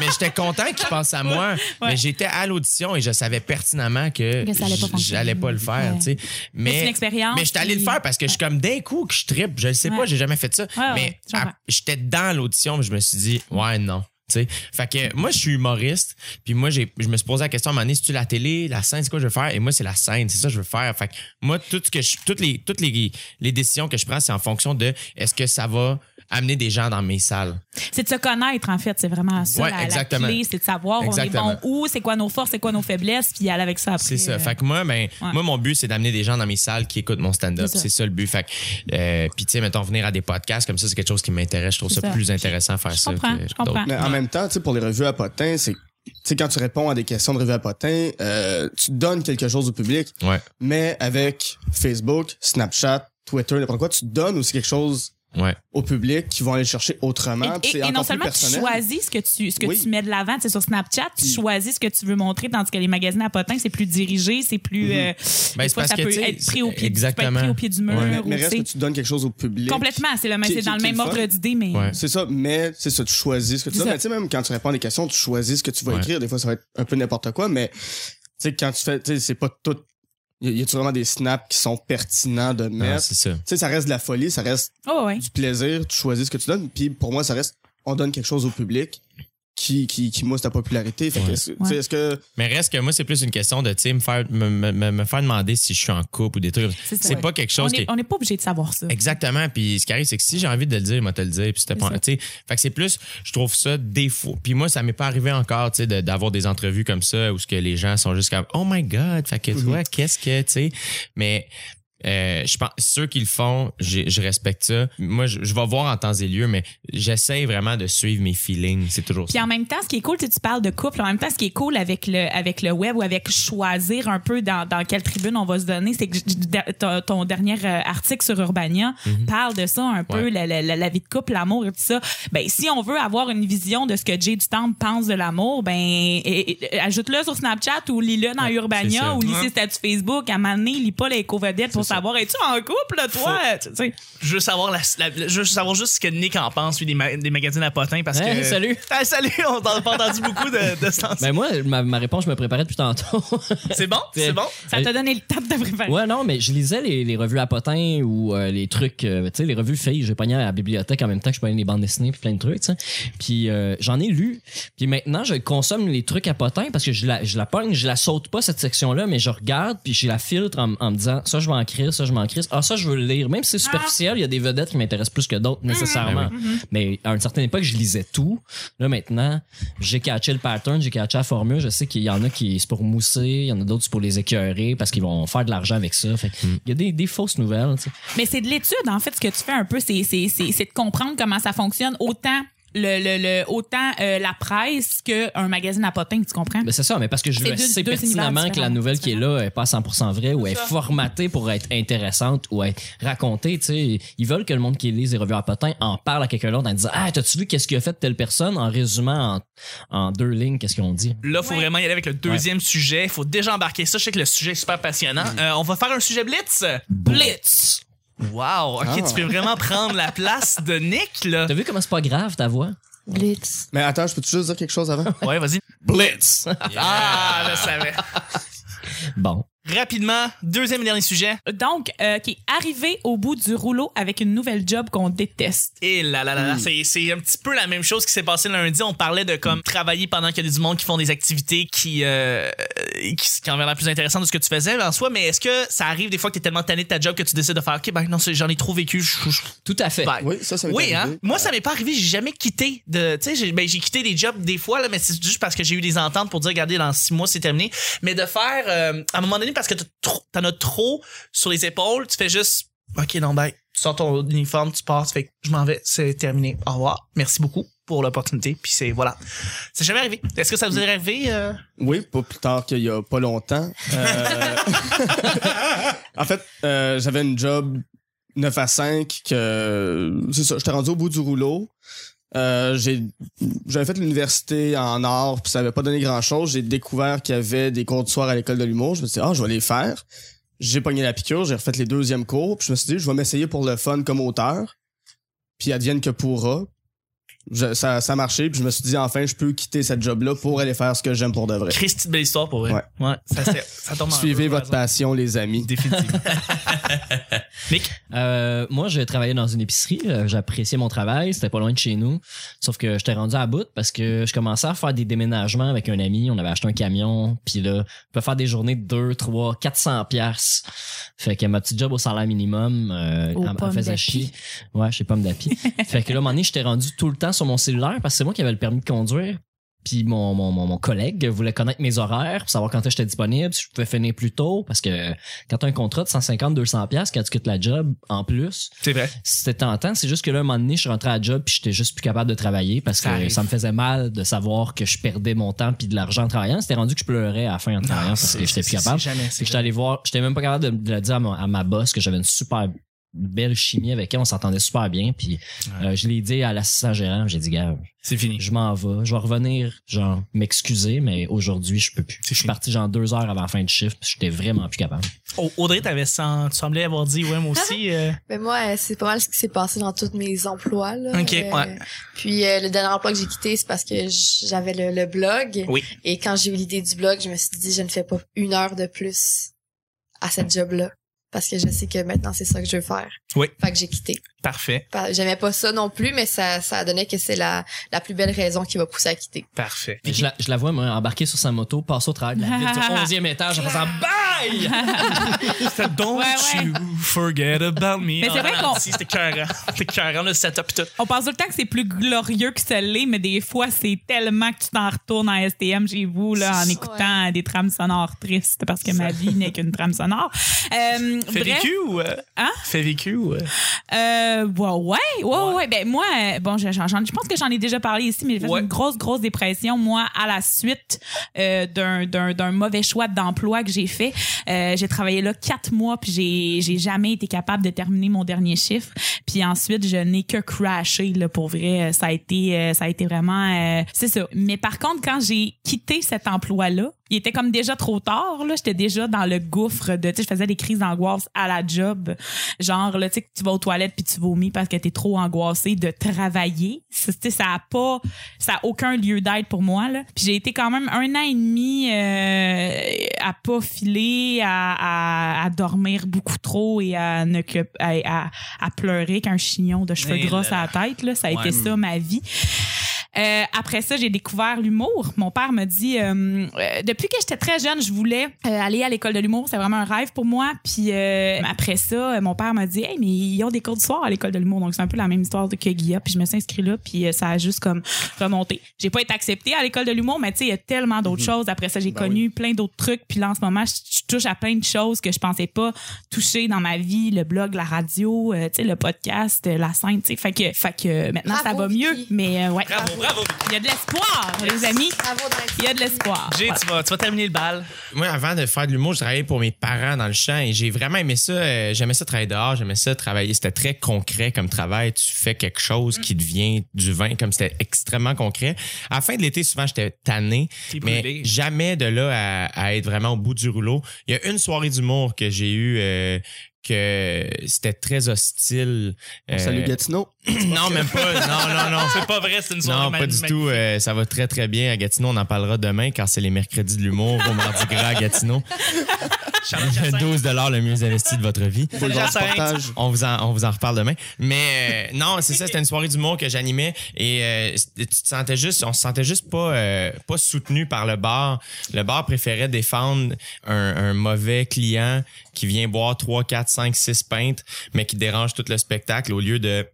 Speaker 5: mais j'étais content qu'ils pensent à moi. Mais j'étais à l'audition et je savais pertinemment que,
Speaker 3: Que ça allait pas
Speaker 5: j- j'allais pas le faire.
Speaker 3: fonctionner.
Speaker 5: tu sais.
Speaker 3: Mais c'est une expérience,
Speaker 5: Mais j'étais allé le
Speaker 3: puis-
Speaker 5: faire parce que je suis comme d'un coup que je trippe. Je le sais pas,
Speaker 3: Ouais.
Speaker 5: j'ai jamais fait ça.
Speaker 3: ouais,
Speaker 5: mais
Speaker 3: je comprends.
Speaker 5: à- j'étais dans l'audition, mais je me suis dit, ouais, non. tu sais. Fait que moi, je suis humoriste, puis moi, j'ai, je me suis posé la question à un moment donné, c'est-tu la télé, la scène, c'est quoi que je veux faire? Et moi, c'est la scène, c'est ça que je veux faire. Fait que moi, tout ce que je, toutes, les, toutes les, les décisions que je prends, c'est en fonction de est-ce que ça va amener des gens dans mes salles.
Speaker 3: C'est de se connaître, en fait. C'est vraiment ça.
Speaker 5: Ouais,
Speaker 3: la, la
Speaker 5: exactement.
Speaker 3: clé, c'est de savoir on
Speaker 5: Exactement.
Speaker 3: est bon où, c'est quoi nos forces, c'est quoi nos faiblesses, puis aller avec ça après.
Speaker 5: C'est ça.
Speaker 3: euh,
Speaker 5: Fait que moi, ben,
Speaker 3: ouais.
Speaker 5: moi, mon but, c'est d'amener des gens dans mes salles qui écoutent mon stand-up.
Speaker 3: C'est ça.
Speaker 5: C'est ça le but. Fait que, euh, puis tu sais, mettons, venir à des podcasts comme ça, c'est quelque chose qui m'intéresse. Je trouve
Speaker 3: C'est
Speaker 5: ça,
Speaker 3: ça.
Speaker 5: plus intéressant faire
Speaker 3: je
Speaker 5: ça.
Speaker 3: comprends,
Speaker 5: que
Speaker 3: je comprends.
Speaker 5: d'autres.
Speaker 4: Mais en même temps, tu sais, pour les revues à potin, c'est. Tu sais, quand tu réponds à des questions de revues à potin, euh, tu donnes quelque chose au public,
Speaker 5: Ouais,
Speaker 4: mais avec Facebook, Snapchat, Twitter, n'importe quoi, tu donnes aussi quelque chose
Speaker 5: ouais.
Speaker 4: au public qui vont aller le chercher
Speaker 3: Et,
Speaker 4: autrement. puis
Speaker 3: et-
Speaker 4: c'est
Speaker 3: et
Speaker 4: encore
Speaker 3: non
Speaker 4: plus
Speaker 3: seulement tu
Speaker 4: personnel.
Speaker 3: choisis ce que tu, ce que
Speaker 4: Oui.
Speaker 3: tu mets de l'avant, tu sais, sur Snapchat, tu
Speaker 4: Puis-
Speaker 3: choisis ce que tu veux montrer, tandis que les magazines à potins, c'est plus dirigé, c'est plus.
Speaker 4: Mm-hmm.
Speaker 3: euh,
Speaker 5: Ben,
Speaker 3: des
Speaker 5: c'est
Speaker 3: fois,
Speaker 5: parce
Speaker 3: ça
Speaker 5: que,
Speaker 3: peut
Speaker 5: tu sais,
Speaker 3: être pris au pied, du- tu peux être
Speaker 5: exactement.
Speaker 3: pris au pied du mur.
Speaker 5: Ouais.
Speaker 4: Mais, mais
Speaker 3: ou,
Speaker 4: reste
Speaker 3: tu sais.
Speaker 4: que tu donnes quelque chose au public.
Speaker 3: Complètement, c'est le même-
Speaker 4: Qui-
Speaker 3: c'est dans
Speaker 4: qui-
Speaker 3: le
Speaker 4: qui
Speaker 3: même
Speaker 4: le
Speaker 3: ordre
Speaker 4: fait.
Speaker 3: d'idées, mais.
Speaker 5: Ouais.
Speaker 4: C'est ça, mais c'est ça, tu choisis ce que tu
Speaker 3: C'est
Speaker 4: donnes.
Speaker 3: ça.
Speaker 4: Mais tu sais, même quand tu réponds à des questions, tu choisis ce que tu vas
Speaker 5: Ouais.
Speaker 4: écrire. Des fois, ça va être un peu n'importe quoi, mais tu sais, quand tu fais, tu sais, c'est pas tout. Y y a-tu vraiment des snaps qui sont pertinents de
Speaker 5: Non,
Speaker 4: mettre?
Speaker 5: Ah, c'est ça.
Speaker 4: Tu sais, ça reste de la folie, ça reste
Speaker 3: Oh, ouais.
Speaker 4: du plaisir, tu choisis ce que tu donnes. Puis pour moi, ça reste, on donne quelque chose au public qui, qui, qui mousse ta popularité. Fait que,
Speaker 5: Ouais.
Speaker 4: est-ce tu sais, est-ce que.
Speaker 5: Mais reste que moi, c'est plus une question de, tu sais, me faire, me, me- me- me faire demander si je suis en couple ou des trucs.
Speaker 3: C'est ça.
Speaker 5: C'est pas quelque
Speaker 3: On
Speaker 5: chose qui
Speaker 3: n'est
Speaker 5: est-
Speaker 3: pas obligé de savoir ça.
Speaker 5: Exactement. Puis ce qui arrive, c'est que si j'ai envie de le dire, il m'a te le dire. Puis c'était pas.
Speaker 3: C'est ça.
Speaker 5: tu sais. Fait que c'est plus, je trouve ça défaut. Puis moi, ça m'est pas arrivé encore, tu sais, de- d'avoir des entrevues comme ça où ce que les gens sont juste comme, oh my god. Fait que
Speaker 3: Mhm.
Speaker 5: toi, qu'est-ce que, tu sais. Mais. euh, je pense ceux qui le font, j'ai- je respecte ça. Moi, je, je vais voir en temps et lieu, mais j'essaie vraiment de suivre mes feelings. C'est toujours
Speaker 3: Puis
Speaker 5: ça.
Speaker 3: en même temps, ce qui est cool, tu sais, tu parles de couple, en même temps, ce qui est cool avec le, avec le web ou avec choisir un peu dans, dans quelle tribune on va se donner, c'est que j- j- ton- ton dernier euh, article sur Urbania parle de ça un peu,
Speaker 5: Mm-hmm. Ouais.
Speaker 3: la, la- la- la vie de couple, l'amour et tout ça. Ben, si on veut avoir une vision de ce que Jay Dutemps pense de l'amour, ben, et- et- ajoute-le sur Snapchat ou lis-le dans
Speaker 5: Ouais, c'est ça.
Speaker 3: Urbania ou lis ses statuts Facebook. À un moment donné, lis pas les covedettes pour savoir, es-tu en couple, toi? Tu sais,
Speaker 1: Je veux savoir, la, la- la- je veux savoir juste ce que Nick en pense, lui, des, ma- des magazines à potins. Parce que...
Speaker 2: Hey,
Speaker 1: (laughs)
Speaker 2: salut.
Speaker 1: Ah, salut, on t'en a pas entendu beaucoup de, de ce temps-ci.
Speaker 2: Ben moi, ma, ma réponse, je me préparais depuis tantôt.
Speaker 1: C'est bon? C'est bon?
Speaker 3: Ça t'a donné le temps de te préparer.
Speaker 2: Ouais, non, mais je lisais les, les revues à potins ou euh, les trucs, euh, tu sais, les revues filles. J'ai pogné à la bibliothèque en même temps que je pognais les bandes dessinées puis plein de trucs, tu sais. Puis euh, j'en ai lu. Puis maintenant, je consomme les trucs à potins parce que je la, je la pogne, je la saute pas cette section-là, mais je regarde puis je la filtre en, en me disant ça, je vais en écrire, ça, je m'en crisse. Ah, ça, je veux le lire. Même si c'est superficiel, il y a des vedettes qui m'intéressent plus que d'autres nécessairement. Mais à une certaine époque, je lisais tout. Là, maintenant, j'ai catché le pattern, j'ai catché la formule. Je sais qu'il y en a qui c'est pour mousser, il y en a d'autres c'est pour les écœurer parce qu'ils vont faire de l'argent avec ça. Fait que Il y a des, des fausses nouvelles. tu sais.
Speaker 3: Mais c'est de l'étude, en fait, ce que tu fais un peu, c'est, c'est, c'est, c'est de comprendre comment ça fonctionne autant le, le, le- autant euh, la presse qu'un magazine à potins, tu comprends?
Speaker 2: Mais c'est ça, mais parce que je
Speaker 3: C'est
Speaker 2: le
Speaker 3: deux-
Speaker 2: sais
Speaker 3: deux univers
Speaker 2: pertinemment que la
Speaker 3: différents,
Speaker 2: nouvelle qui est là est pas à 100% vraie ou est formatée pour être intéressante ou être racontée. tu sais. Ils veulent que le monde qui lise les revues à potin en parle à quelqu'un d'autre en disant Ah, t'as-tu vu qu'est-ce qu'il a fait telle personne en résumant en, en deux lignes qu'est-ce qu'ils ont dit.
Speaker 1: Là, faut
Speaker 3: Ouais.
Speaker 1: vraiment y aller avec le deuxième sujet. Faut déjà embarquer ça. Je sais que le sujet est super passionnant. Euh, on va faire un sujet blitz.
Speaker 3: Blitz!
Speaker 1: Wow, ok,
Speaker 4: Ah.
Speaker 1: tu peux vraiment prendre la place de Nick, là.
Speaker 2: T'as vu comment c'est pas grave ta voix?
Speaker 6: Blitz.
Speaker 4: Mais attends, je peux juste dire quelque chose avant?
Speaker 1: Ouais, vas-y.
Speaker 4: Blitz!
Speaker 1: Ah, je le savais.
Speaker 2: Bon.
Speaker 1: Rapidement, deuxième et dernier sujet.
Speaker 3: Donc, euh, qui est arrivé au bout du rouleau avec une nouvelle job qu'on déteste.
Speaker 1: Et là là là, là, c'est c'est un petit peu la même chose qui s'est passée lundi. On parlait de comme travailler pendant qu'il y a du monde qui font des activités qui euh, qui qui en verraient la plus intéressante de ce que tu faisais en soi. Mais est-ce que ça arrive des fois que t'es tellement tanné de ta job que tu décides de faire ok ben non c'est- j'en ai trop vécu. je- je-
Speaker 2: Tout à fait.
Speaker 1: bye.
Speaker 4: Oui, ça, ça m'est
Speaker 1: Oui, hein?
Speaker 4: arrivé.
Speaker 1: Moi, ça m'est pas arrivé. J'ai jamais quitté de. Tu sais, j'ai ben, j'ai quitté des jobs des fois, là, mais c'est juste parce que j'ai eu des ententes pour dire, regardez, dans six mois, c'est terminé. Mais de faire, euh, à un moment donné, parce que t'as trop- t'en as trop sur les épaules, tu fais juste, OK, non, ben, tu sors ton uniforme, tu pars, tu fais, je m'en vais, c'est terminé. Au revoir. Merci beaucoup pour l'opportunité. Puis c'est, voilà. C'est jamais arrivé. Est-ce que ça vous est arrivé? euh?
Speaker 4: Oui, pas plus tard qu'il y a pas longtemps. Euh, (laughs) en fait, euh, j'avais une job 9 à 5 que c'est ça, j'étais rendu au bout du rouleau. Euh, j'ai j'avais fait l'université en art puis ça avait pas donné grand chose j'ai découvert qu'il y avait des cours du soir à l'école de l'humour je me suis dit ah je vais les faire j'ai pogné la piqûre j'ai refait les deuxièmes cours puis je me suis dit je vais m'essayer pour le fun comme auteur puis advienne que pourra Je- ça ça a marché puis je me suis dit enfin je peux quitter cette job là pour aller faire ce que j'aime pour de vrai
Speaker 1: Christy, belle histoire pour vrai.
Speaker 4: Ouais.
Speaker 1: ça, c'est- ça tombe en
Speaker 4: (laughs) Suivez
Speaker 1: deux, par
Speaker 4: votre
Speaker 1: exemple.
Speaker 4: passion, les amis.
Speaker 1: Définitivement.
Speaker 2: Euh, moi, j'ai travaillé dans une épicerie. euh, J'appréciais mon travail. C'était pas loin de chez nous. Sauf que j'étais rendu à bout parce que je commençais à faire des déménagements avec un ami. On avait acheté un camion. Puis là, je peux faire des journées de 2, 3, 400 piastres. Fait que ma petite job au salaire minimum, euh,
Speaker 3: Aux
Speaker 2: elle me
Speaker 3: pommes
Speaker 2: faisait
Speaker 3: d'api.
Speaker 2: chier. Ouais, chez
Speaker 3: (laughs)
Speaker 2: Pomme d'Api. fait que là, à un moment donné, j'étais rendu tout le temps sur mon cellulaire parce que c'est moi qui avais le permis de conduire. Puis mon, mon, mon, mon collègue voulait connaître mes horaires pour savoir quand est-ce que j'étais disponible, si je pouvais finir plus tôt, parce que quand t'as un contrat de 150, 200 pièces quand tu quittes la job, en plus,
Speaker 1: C'est vrai.
Speaker 2: c'était tentant. C'est juste que là, un moment donné, je suis rentré à la job puis j'étais juste plus capable de travailler parce
Speaker 1: Ça
Speaker 2: que
Speaker 1: arrive.
Speaker 2: ça me faisait mal de savoir que je perdais mon temps puis de l'argent en travaillant. C'était rendu que je pleurais à la fin en travaillant
Speaker 1: Ah,
Speaker 2: parce que j'étais plus capable.
Speaker 1: Jamais.
Speaker 2: Puis j'étais allé voir, j'étais même pas capable de, de le dire à ma, à ma boss que j'avais une super belle chimie avec elle, on s'entendait super bien. Puis euh, je l'ai dit à l'assistant gérant, j'ai dit, gars,
Speaker 1: C'est fini.
Speaker 2: je m'en vais, je vais revenir, genre m'excuser, mais aujourd'hui je peux plus.
Speaker 1: C'est
Speaker 2: Je suis
Speaker 1: fini.
Speaker 2: parti genre deux heures avant la fin du shift, puis j'étais vraiment plus capable.
Speaker 1: Oh, Audrey, t'avais sen- tu semblais avoir dit ouais moi aussi. euh.
Speaker 6: Mais moi, euh, c'est pas mal ce qui s'est passé dans tous mes emplois. Là.
Speaker 1: Ok, ouais.
Speaker 6: Puis euh, le dernier emploi que j'ai quitté, c'est parce que j- j'avais le, le blog.
Speaker 1: Oui.
Speaker 6: Et quand j'ai eu l'idée du blog, je me suis dit, je ne fais pas une heure de plus à cette job-là. Parce que je sais que maintenant, c'est ça que je veux faire.
Speaker 1: Oui.
Speaker 6: Fait que j'ai quitté.
Speaker 1: (laughs) Parfait,
Speaker 6: Pas- J'aimais pas ça non plus, mais ça, ça donnait que c'est la, la plus belle raison qui m'a poussé à quitter.
Speaker 1: parfait.
Speaker 2: Je la, je la vois, moi, embarquer sur sa moto, passer au travers de la ville du 11e étage en faisant bail!
Speaker 1: Don't
Speaker 3: Ouais, ouais.
Speaker 1: you forget about me.
Speaker 3: Mais c'est vrai
Speaker 1: Ah,
Speaker 3: qu'on-
Speaker 1: si, C'était cœur, c'était cœur, le setup pis tout.
Speaker 3: On pense tout le temps que c'est plus glorieux que ça l'est, mais des fois, c'est tellement que tu t'en retournes en STM chez vous là, en
Speaker 6: Ouais.
Speaker 3: écoutant des trames sonores tristes parce que ma vie n'est qu'une trame sonore. Euh,
Speaker 1: Fait
Speaker 3: bref,
Speaker 1: vécu ou euh,
Speaker 3: Hein?
Speaker 1: Fait vécu ou euh,
Speaker 3: euh, ouais, ouais, ouais, ouais, ouais. Ben, moi, euh, bon, je, j'en- j'en- je pense que j'en ai déjà parlé ici, mais j'ai fait
Speaker 1: Ouais.
Speaker 3: une grosse, grosse dépression, moi, à la suite euh, d'un, d'un, d'un mauvais choix d'emploi que j'ai fait. Euh, j'ai travaillé là quatre mois, puis j'ai, j'ai jamais été capable de terminer mon dernier chiffre. Puis ensuite, je n'ai que crashé, là, pour vrai. Euh, Ça a été, euh, ça a été vraiment, euh, c'est ça. Mais par contre, quand j'ai quitté cet emploi-là, il était comme déjà trop tard là j'étais déjà dans le gouffre de tu sais je faisais des crises d'angoisse à la job genre là tu sais que tu vas aux toilettes puis tu vomis parce que t'es trop angoissé de travailler ça, tu sais, ça a pas ça a aucun lieu d'être pour moi là puis j'ai été quand même un an et demi euh, à pas filer à, à, à dormir beaucoup trop et à ne que à, à, à pleurer qu'un chignon de cheveux
Speaker 1: Et
Speaker 3: gras
Speaker 1: là.
Speaker 3: à la tête là ça a
Speaker 1: Ouais.
Speaker 3: été ça ma vie euh, après ça, j'ai découvert l'humour. Mon père me dit, euh, euh, depuis que j'étais très jeune, je voulais euh, aller à l'école de l'humour. C'était vraiment un rêve pour moi. Puis euh, après ça, euh, mon père m'a dit, hey, mais ils ont des cours du soir à l'école de l'humour. Donc c'est un peu la même histoire de que Guilla. Puis je me suis inscrite là. Puis euh, ça a juste comme remonté. J'ai pas été acceptée à l'école de l'humour, mais tu sais, il y a tellement d'autres choses. Après ça, j'ai
Speaker 4: Ben
Speaker 3: connu plein d'autres trucs. Puis là, en ce moment, je, je touche à plein de choses que je pensais pas toucher dans ma vie. Le blog, la radio, euh, tu sais, le podcast, euh, la scène. tu sais. Fait que, fait que euh, maintenant, ça
Speaker 6: Bravo,
Speaker 3: va mieux.
Speaker 6: Vicky.
Speaker 3: Mais euh, ouais.
Speaker 1: Bravo, bravo.
Speaker 3: Il y a de l'espoir, les amis.
Speaker 6: Bravo, Drake.
Speaker 3: Il y a de l'espoir.
Speaker 1: Jay, tu vas, tu vas terminer le bal.
Speaker 5: Moi, avant de faire de l'humour, je travaillais pour mes parents dans le champ et j'ai vraiment aimé ça. Euh, J'aimais ça travailler dehors, j'aimais ça travailler. C'était très concret comme travail. Tu fais quelque chose qui devient du vin, comme c'était extrêmement concret. À la fin de l'été, souvent, j'étais tanné,
Speaker 1: T'es brûlé.
Speaker 5: mais jamais de là à, à être vraiment au bout du rouleau. Il y a une soirée d'humour que j'ai eue euh, que c'était très hostile. Euh,
Speaker 4: Salut Gatineau.
Speaker 5: Non, même pas. Non, non, non.
Speaker 1: C'est pas vrai, c'est une soirée
Speaker 5: Non, pas
Speaker 1: mag-
Speaker 5: du
Speaker 1: mag-
Speaker 5: tout. Euh, ça va très, très bien à Gatineau. On en parlera demain car c'est les mercredis de l'humour au Mardi Gras à Gatineau.
Speaker 1: Charles Jassin.
Speaker 5: (laughs) 12 le mieux investi de votre vie.
Speaker 4: Faut le voir,
Speaker 1: Jacinthe.
Speaker 4: reportage.
Speaker 5: On vous, en, on vous en reparle demain. Mais euh, non, c'est ça, c'était une soirée d'humour que j'animais et euh, tu te sentais juste, on se sentait juste pas, euh, pas soutenu par le bar. Le bar préférait défendre un, un mauvais client qui vient boire 3, 4, 5, 6 pintes, mais qui dérange tout le spectacle au lieu de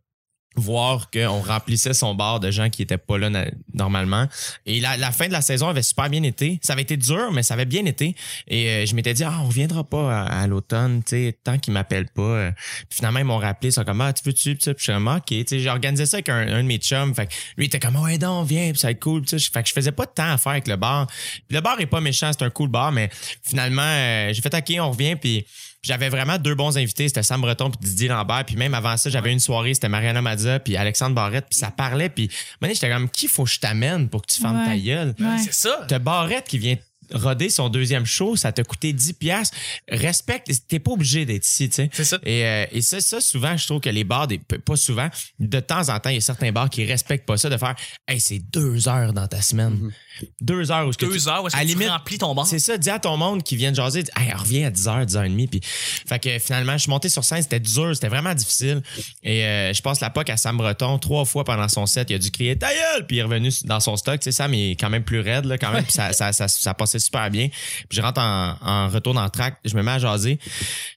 Speaker 5: voir qu'on remplissait son bar de gens qui étaient pas là na- normalement. Et la, la fin de la saison avait super bien été. Ça avait été dur, mais ça avait bien été. Et euh, je m'étais dit, ah, on reviendra pas à, à l'automne, tu sais, tant qu'ils m'appellent pas. Euh, Puis finalement, ils m'ont rappelé, ils sont comme, ah, tu veux-tu? Puis ça, puis je suis comme, ok, tu sais, j'ai organisé ça avec un, un de mes chums. Fait que lui, il était comme, ouais, donc, viens, puis ça va être cool. Puis ça, je- fait que je faisais pas de temps à faire avec le bar. Puis le bar est pas méchant, c'est un cool bar, mais finalement, euh, j'ai fait, ok, on revient, puis j'avais vraiment deux bons invités, c'était Sam Breton puis Didier Lambert, puis même avant ça, j'avais une soirée, c'était Mariana Mazza puis Alexandre Barrette, puis ça parlait, puis à un moment donné, j'étais comme qui faut que je t'amène pour que tu fermes
Speaker 3: Ouais.
Speaker 5: ta gueule.
Speaker 3: Ouais.
Speaker 1: Ben, C'est ça.
Speaker 5: T'as Barrette qui vient roder son deuxième show, ça t'a coûté 10 piastres. Respecte, t'es pas obligé d'être ici, tu sais.
Speaker 1: C'est ça.
Speaker 5: Et, euh, et ça, ça, souvent, je trouve que les bars, des, p- pas souvent, de temps en temps, il y a certains bars qui respectent pas ça, de faire Hey, c'est deux heures dans ta semaine. Deux heures où ce que
Speaker 1: Deux
Speaker 5: tu-
Speaker 1: heures, où est-ce
Speaker 5: à
Speaker 1: que tu
Speaker 5: limite,
Speaker 1: remplis ton bar?
Speaker 5: C'est ça, dis à ton monde qui vient de jaser, dis, hey, reviens à 10h, 10h30. Puis, fait que finalement, je suis monté sur scène, c'était dur, c'était vraiment difficile. Et euh, je passe la POC à Sam Breton trois fois pendant son set. Il a dû crier Ta gueule! Puis il est revenu dans son stock. Tu sais, Sam il est quand même plus raide, là, quand même. Puis ça, ça, ça, ça passait super bien. Puis je rentre en, en retour dans le track, je me mets à jaser.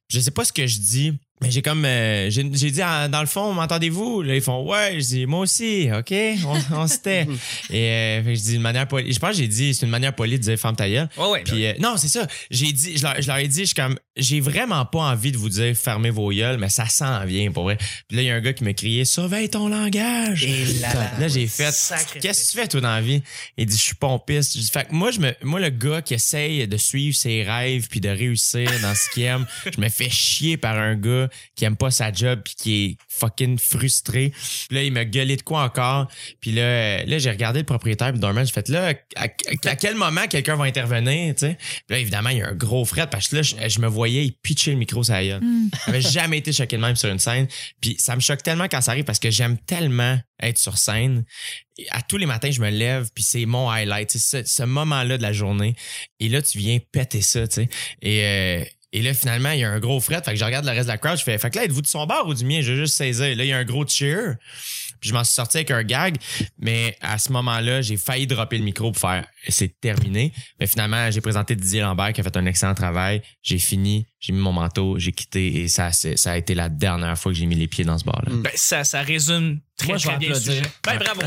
Speaker 5: Je sais pas ce que je dis. Mais j'ai comme euh, j'ai j'ai dit Ah, dans le fond m'entendez-vous là ils font ouais je dis moi aussi ok on, on se tait et euh, fait que je dis de manière polie je pense que j'ai dit c'est une manière polie de dire femme ta gueule
Speaker 1: Ouais, ouais.
Speaker 5: puis euh, non, c'est ça. J'ai dit, je leur, je leur ai dit, je suis comme, j'ai vraiment pas envie de vous dire fermez vos gueules, mais ça s'en vient pour vrai. Puis là, il y a un gars qui me criait surveille ton langage.
Speaker 1: Et là, là,
Speaker 5: Là, j'ai fait.
Speaker 1: Sacré
Speaker 5: Qu'est-ce que tu fais toi dans la vie Il dit je suis pompiste. Je dis, fait que moi je me, moi le gars qui essaye de suivre ses rêves puis de réussir dans ce
Speaker 1: (laughs)
Speaker 5: qu'il aime, je me fais chier par un gars qui aime pas sa job puis qui est fucking frustré. Puis là il m'a gueulé de quoi encore. Puis là, euh, là j'ai regardé le propriétaire puis dormant, j'ai fait là à, à- à quel moment quelqu'un va intervenir, tu sais Puis là évidemment il y a un gros fret parce que là je, je me voyais il pitchait le micro sur la gueule.
Speaker 1: Hmm.
Speaker 5: J'avais jamais été choqué de même sur une scène. Puis ça me choque tellement quand ça arrive parce que j'aime tellement être sur scène. Et à tous les matins, je me lève, puis c'est mon highlight. C'est ce, ce moment-là de la journée. Et là, tu viens péter ça, tu sais. Et, euh, et là, finalement, il y a un gros fret. Fait que je regarde le reste de la crowd. Je fais, fait que là, êtes-vous de son bar ou du mien? Je vais juste saisir. Là, il y a un gros cheer. Puis je m'en suis sorti avec un gag. Mais à ce moment-là, j'ai failli dropper le micro pour faire, c'est terminé. Mais finalement, j'ai présenté Didier Lambert qui a fait un excellent travail. J'ai fini, j'ai mis mon manteau, j'ai quitté. Et ça, c'est- ça a été la dernière fois que j'ai mis les pieds dans ce bar-là.
Speaker 1: Ben, ça, ça résume très,
Speaker 2: Mm. Moi, je
Speaker 1: très
Speaker 2: vais
Speaker 1: bien le
Speaker 2: applaudir.
Speaker 1: sujet. Ben,
Speaker 2: (laughs)
Speaker 1: bravo.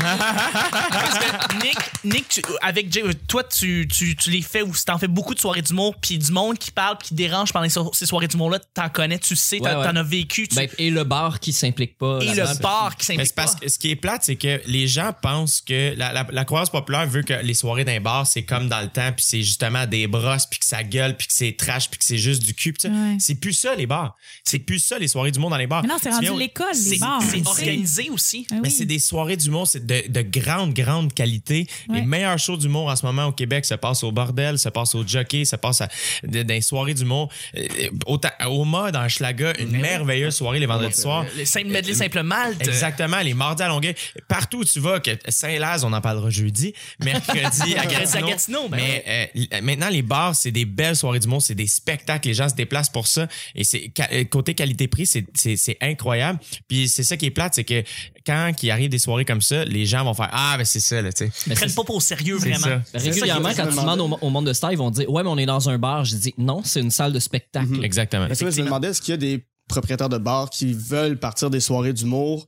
Speaker 1: Parce que Nick, Nick tu- avec Jay, euh, toi, tu, tu, tu les fais ou t'en fais beaucoup de soirées d'humour, puis du monde qui parle, puis qui dérange pendant so- ces soirées d'humour-là, t'en connais, tu sais, t'en
Speaker 2: Ouais, ouais.
Speaker 1: t'en as vécu. tu-
Speaker 2: Ben, et le bar qui s'implique pas.
Speaker 1: et
Speaker 2: là-dedans.
Speaker 1: le sport qui
Speaker 5: Mais c'est
Speaker 1: s'implique
Speaker 5: parce
Speaker 1: pas.
Speaker 5: que ce qui est plate, c'est que les gens pensent que la, la, la croyance populaire veut que les soirées d'un bar, c'est comme dans le temps, puis c'est justement des brosses, puis que ça gueule, puis que c'est trash, puis que c'est juste du cul. Puis ça.
Speaker 3: Ouais.
Speaker 5: C'est plus ça, les bars. C'est plus ça, les soirées du monde dans les bars.
Speaker 3: Mais non, c'est
Speaker 5: Tu
Speaker 3: rendu
Speaker 5: viens au-
Speaker 3: l'école, les
Speaker 5: c'est-
Speaker 3: bars.
Speaker 5: c'est
Speaker 3: tu sais.
Speaker 1: Organisé aussi.
Speaker 3: Ah oui.
Speaker 5: Mais c'est des soirées d'humour, c'est de, de grande, grande qualité.
Speaker 3: Ouais.
Speaker 5: Les meilleurs shows d'humour en ce moment au Québec se passent au bordel, se passent au jockey, se passent à, de- dans les soirées d'humour. Euh, Au, ta- au mode, en Schlaga, une
Speaker 1: Mais oui.
Speaker 5: merveilleuse soirée les vendredis soirs.
Speaker 1: Le Saint Medley Simple Malte.
Speaker 5: Exactement, les mardis à Longueuil. Partout où tu vas, que Saint-Laz, on en parlera jeudi, mercredi
Speaker 1: (laughs)
Speaker 5: à
Speaker 1: Grèce à
Speaker 5: Gatineau.
Speaker 1: Gatineau, ben
Speaker 5: mais euh, maintenant, les bars, c'est des belles soirées du monde, c'est des spectacles, les gens se déplacent pour ça. Et c'est ca- euh, côté qualité-prix, c'est- c'est c'est incroyable. Puis c'est ça qui est plate, c'est que quand il arrive des soirées comme ça, les gens vont faire Ah, ben c'est ça, là, tu sais.
Speaker 2: Mais
Speaker 1: Ils prennent
Speaker 2: c'est-
Speaker 1: pas pour au sérieux,
Speaker 5: C'est
Speaker 1: vraiment.
Speaker 5: ça.
Speaker 4: ça
Speaker 2: Régulièrement,
Speaker 4: qu'il faut
Speaker 2: quand tu
Speaker 4: se
Speaker 2: demandes au, au monde de stars, ils vont dire Ouais, mais on est dans un bar. J'ai dit Non, c'est une salle de spectacle.
Speaker 5: Mm-hmm.
Speaker 1: Mhm.
Speaker 5: Exactement.
Speaker 4: Mais c'est vrai, je me demandais, est-ce qu'il y a des propriétaires de bars qui veulent partir des soirées d'humour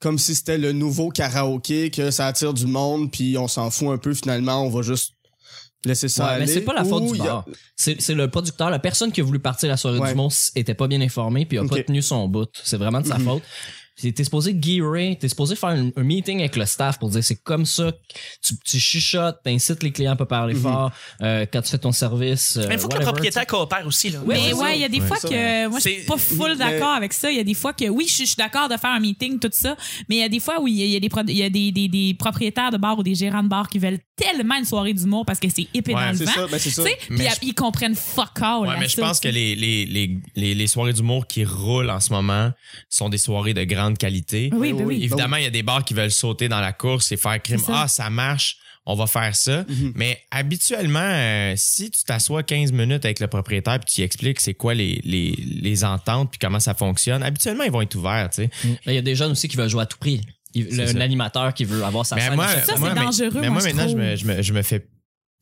Speaker 4: comme si c'était le nouveau karaoké, que ça attire du monde, puis on s'en fout un peu finalement, on va juste laisser ça
Speaker 2: Ouais,
Speaker 4: aller.
Speaker 2: mais c'est pas la faute
Speaker 4: Ou
Speaker 2: du
Speaker 4: il y a-
Speaker 2: bar. C'est c'est le producteur, la personne qui a voulu partir la soirée
Speaker 4: Ouais.
Speaker 2: du monde était pas bien informée puis a pas
Speaker 4: Ok.
Speaker 2: tenu son bout. C'est vraiment de sa faute. Puis T'es supposé gearer, t'es supposé faire un, un meeting avec le staff pour dire c'est comme ça, que tu, tu chuchotes, t'incites les clients à pas parler
Speaker 4: Mhm.
Speaker 2: fort, euh, quand tu fais ton service. euh,
Speaker 1: Mais il faut que le
Speaker 2: whatever,
Speaker 1: propriétaire coopère aussi. Là.
Speaker 3: Mais
Speaker 2: Ouais,
Speaker 3: ouais, il y a des
Speaker 5: Ouais,
Speaker 3: fois
Speaker 4: ça.
Speaker 3: que moi, je suis
Speaker 1: C'est-
Speaker 3: pas full
Speaker 4: Mais-
Speaker 3: d'accord avec ça. Il y a des fois que oui, je je suis d'accord de faire un meeting, tout ça. Mais il y a des fois où il y a, il y a des, pro- il y a des, des, des propriétaires de bars ou des gérants de bars qui veulent tellement une soirée d'humour parce que c'est épais
Speaker 5: Ouais,
Speaker 3: dans le
Speaker 4: C'est
Speaker 3: vent.
Speaker 4: ça, ben c'est ça.
Speaker 3: Tu sais,
Speaker 5: Mais
Speaker 3: puis
Speaker 5: je-
Speaker 3: ils comprennent fuck
Speaker 1: Oh,
Speaker 3: all.
Speaker 5: Ouais,
Speaker 3: à
Speaker 5: mais je
Speaker 3: ça
Speaker 5: pense
Speaker 3: aussi.
Speaker 5: que les, les, les, les, les soirées d'humour qui roulent en ce moment sont des soirées de grande qualité.
Speaker 3: Oui, ben oui.
Speaker 5: Évidemment, il y a des bars qui veulent sauter dans la course et faire crime.
Speaker 3: C'est ça.
Speaker 5: Ah, ça marche, on va faire ça.
Speaker 4: Mhm.
Speaker 5: Mais habituellement, euh, si tu t'assois 15 minutes avec le propriétaire puis tu lui expliques c'est quoi les, les, les ententes puis comment ça fonctionne, habituellement, ils vont être ouverts, tu sais.
Speaker 2: Là, Il y a des jeunes aussi qui veulent jouer à tout prix. Il-
Speaker 5: C'est
Speaker 2: le-
Speaker 5: ça.
Speaker 2: L'animateur qui veut avoir sa
Speaker 5: Mais
Speaker 2: scène.
Speaker 5: moi,
Speaker 3: ça, c'est
Speaker 5: moi, mais-
Speaker 3: dangereux,
Speaker 5: Mais
Speaker 3: moi,
Speaker 5: moi,
Speaker 3: je
Speaker 5: maintenant, je
Speaker 3: trouve.
Speaker 5: me, je, me, je me fais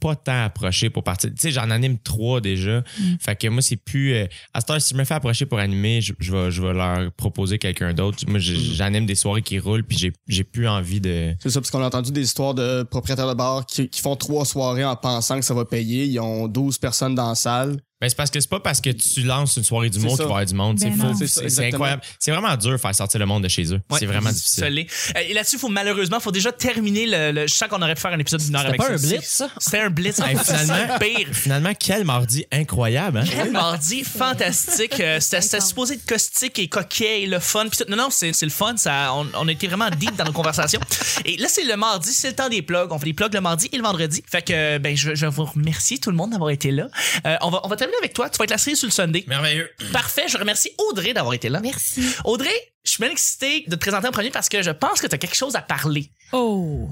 Speaker 5: pas tant approcher pour partir. Tu sais, j'en anime trois déjà.
Speaker 3: Mhm.
Speaker 5: Fait que moi, c'est plus. euh, à cette heure, si je me fais approcher pour animer, je, je vais, je vais leur proposer quelqu'un d'autre. Moi,
Speaker 3: Mhm.
Speaker 5: je- j'anime des soirées qui roulent puis j'ai- j'ai plus envie de.
Speaker 4: C'est ça, parce qu'on a entendu des histoires de propriétaires de bars qui, qui font trois soirées en pensant que ça va payer. Ils ont 12 personnes dans la salle.
Speaker 5: Ben, c'est parce que c'est pas parce que tu lances une soirée du
Speaker 4: C'est
Speaker 5: monde qu'il
Speaker 4: ça.
Speaker 5: va y avoir du monde.
Speaker 3: Ben
Speaker 5: C'est
Speaker 3: non.
Speaker 5: faux.
Speaker 4: C'est ça,
Speaker 5: C'est- C'est
Speaker 4: exactement.
Speaker 5: incroyable. C'est vraiment dur de faire sortir le monde de chez eux.
Speaker 1: Ouais,
Speaker 5: c'est vraiment difficile.
Speaker 1: isolé. Euh, Et là-dessus, faut, malheureusement, il faut déjà terminer le, le- Je sens qu'on aurait pu faire un épisode d'une heure
Speaker 2: C'était
Speaker 1: avec
Speaker 2: pas un
Speaker 1: ça.
Speaker 2: blitz, ça?
Speaker 1: C'était un blitz. hein,
Speaker 5: Hey, finalement-
Speaker 1: pire.
Speaker 5: Finalement, quel mardi incroyable. Hein?
Speaker 1: Quel mardi fantastique. Euh, C'était c'était supposé être caustique et coquet et le fun. Puis tout. Non, non, c'est c'est le fun. Ça, on, on était vraiment deep dans nos conversations. Et là, c'est le mardi, c'est le temps des plugs. On fait des plugs le mardi et le vendredi. Fait que euh, ben, je, je vous remercie tout le monde d'avoir été là. Euh, on, va, on va terminer avec toi. Tu vas être la série sur le Sunday.
Speaker 5: Merveilleux.
Speaker 1: Parfait. Je remercie Audrey d'avoir été là.
Speaker 6: Merci.
Speaker 1: Audrey, je suis bien excité de te présenter en premier parce que je pense que tu as quelque chose à parler.
Speaker 3: Oh!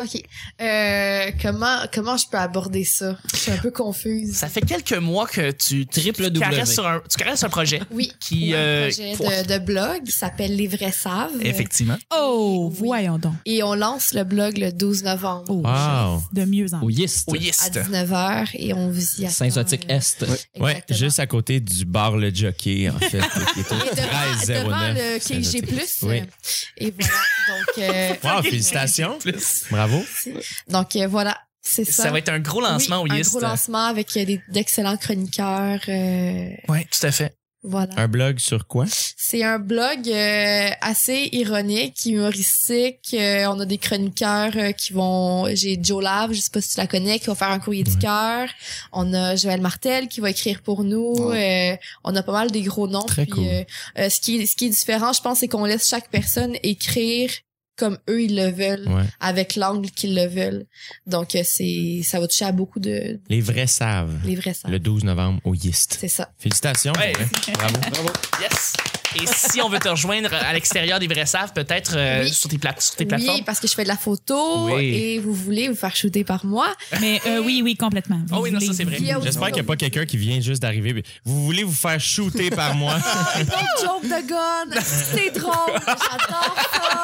Speaker 6: OK. Euh, comment, comment je peux aborder ça? Je suis un peu confuse.
Speaker 1: Ça fait quelques mois que tu
Speaker 2: Triple
Speaker 1: tu
Speaker 2: W.
Speaker 1: caresses sur un, tu caresses un projet
Speaker 6: oui.
Speaker 1: qui.
Speaker 6: Ou
Speaker 1: euh,
Speaker 6: un projet de, de blog qui s'appelle Les Vrais Saves.
Speaker 1: Effectivement.
Speaker 3: Oh!
Speaker 6: Oui.
Speaker 3: Voyons donc.
Speaker 6: Et on lance le blog le 12 novembre
Speaker 3: Oh,
Speaker 5: Wow.
Speaker 3: je- De mieux en
Speaker 2: Au
Speaker 3: mieux.
Speaker 2: Yist.
Speaker 1: Au
Speaker 6: à
Speaker 1: Yist.
Speaker 6: 19h et on vous y attend.
Speaker 2: Saint-Zotique Est.
Speaker 5: Ouais,
Speaker 6: Exactement.
Speaker 5: juste à côté du bar Le Jockey, en fait, qui est au
Speaker 6: Et devant,
Speaker 5: 1309.
Speaker 6: devant le KG+.
Speaker 5: Oui.
Speaker 6: Et voilà. Donc, euh,
Speaker 5: Wow, félicitations. Bravo.
Speaker 6: donc euh, voilà. C'est ça.
Speaker 1: Ça, va être un gros lancement
Speaker 6: oui,
Speaker 1: au
Speaker 6: un
Speaker 1: Yist.
Speaker 6: gros lancement avec euh, des- d'excellents chroniqueurs. euh,
Speaker 1: Oui, tout à fait.
Speaker 6: voilà.
Speaker 5: Un blog sur quoi?
Speaker 6: C'est un blog euh, assez ironique, humoristique. Euh, on a des chroniqueurs euh, qui vont... J'ai Joe Lave, je sais pas si tu la connais, qui va faire un courrier du
Speaker 5: Ouais.
Speaker 6: cœur. On a Joël Martel qui va écrire pour nous. Euh, on a pas mal des gros noms.
Speaker 5: Très
Speaker 6: puis,
Speaker 5: cool.
Speaker 6: euh, euh, ce, qui est, ce qui est différent, je pense, c'est qu'on laisse chaque personne écrire comme eux, ils le veulent,
Speaker 5: Ouais.
Speaker 6: avec l'angle qu'ils le veulent. Donc, euh, c'est ça va toucher à beaucoup de...
Speaker 5: Les vrais savent.
Speaker 6: Les vrais sages.
Speaker 5: Le 12 novembre au Yist.
Speaker 6: C'est ça.
Speaker 5: Félicitations.
Speaker 1: Ouais.
Speaker 5: pour vrai. Bravo.
Speaker 1: Yes. Et si on veut te rejoindre à l'extérieur des vrais saves, peut-être euh,
Speaker 6: Oui.
Speaker 1: sur tes, pla- sur tes
Speaker 6: Oui,
Speaker 1: plateformes.
Speaker 6: parce que je fais de la photo
Speaker 1: Oui.
Speaker 6: et vous voulez vous faire shooter par moi.
Speaker 3: Mais euh, oui, oui, complètement.
Speaker 1: Oh oui, non, ça, c'est
Speaker 3: Eh,
Speaker 1: vrai.
Speaker 6: Guillaume
Speaker 5: J'espère qu'il n'y a pas quelqu'un qui vient juste d'arriver. mais Vous voulez vous faire shooter par moi?
Speaker 6: (laughs) Ah, une joke de gun, c'est drôle, j'adore ça.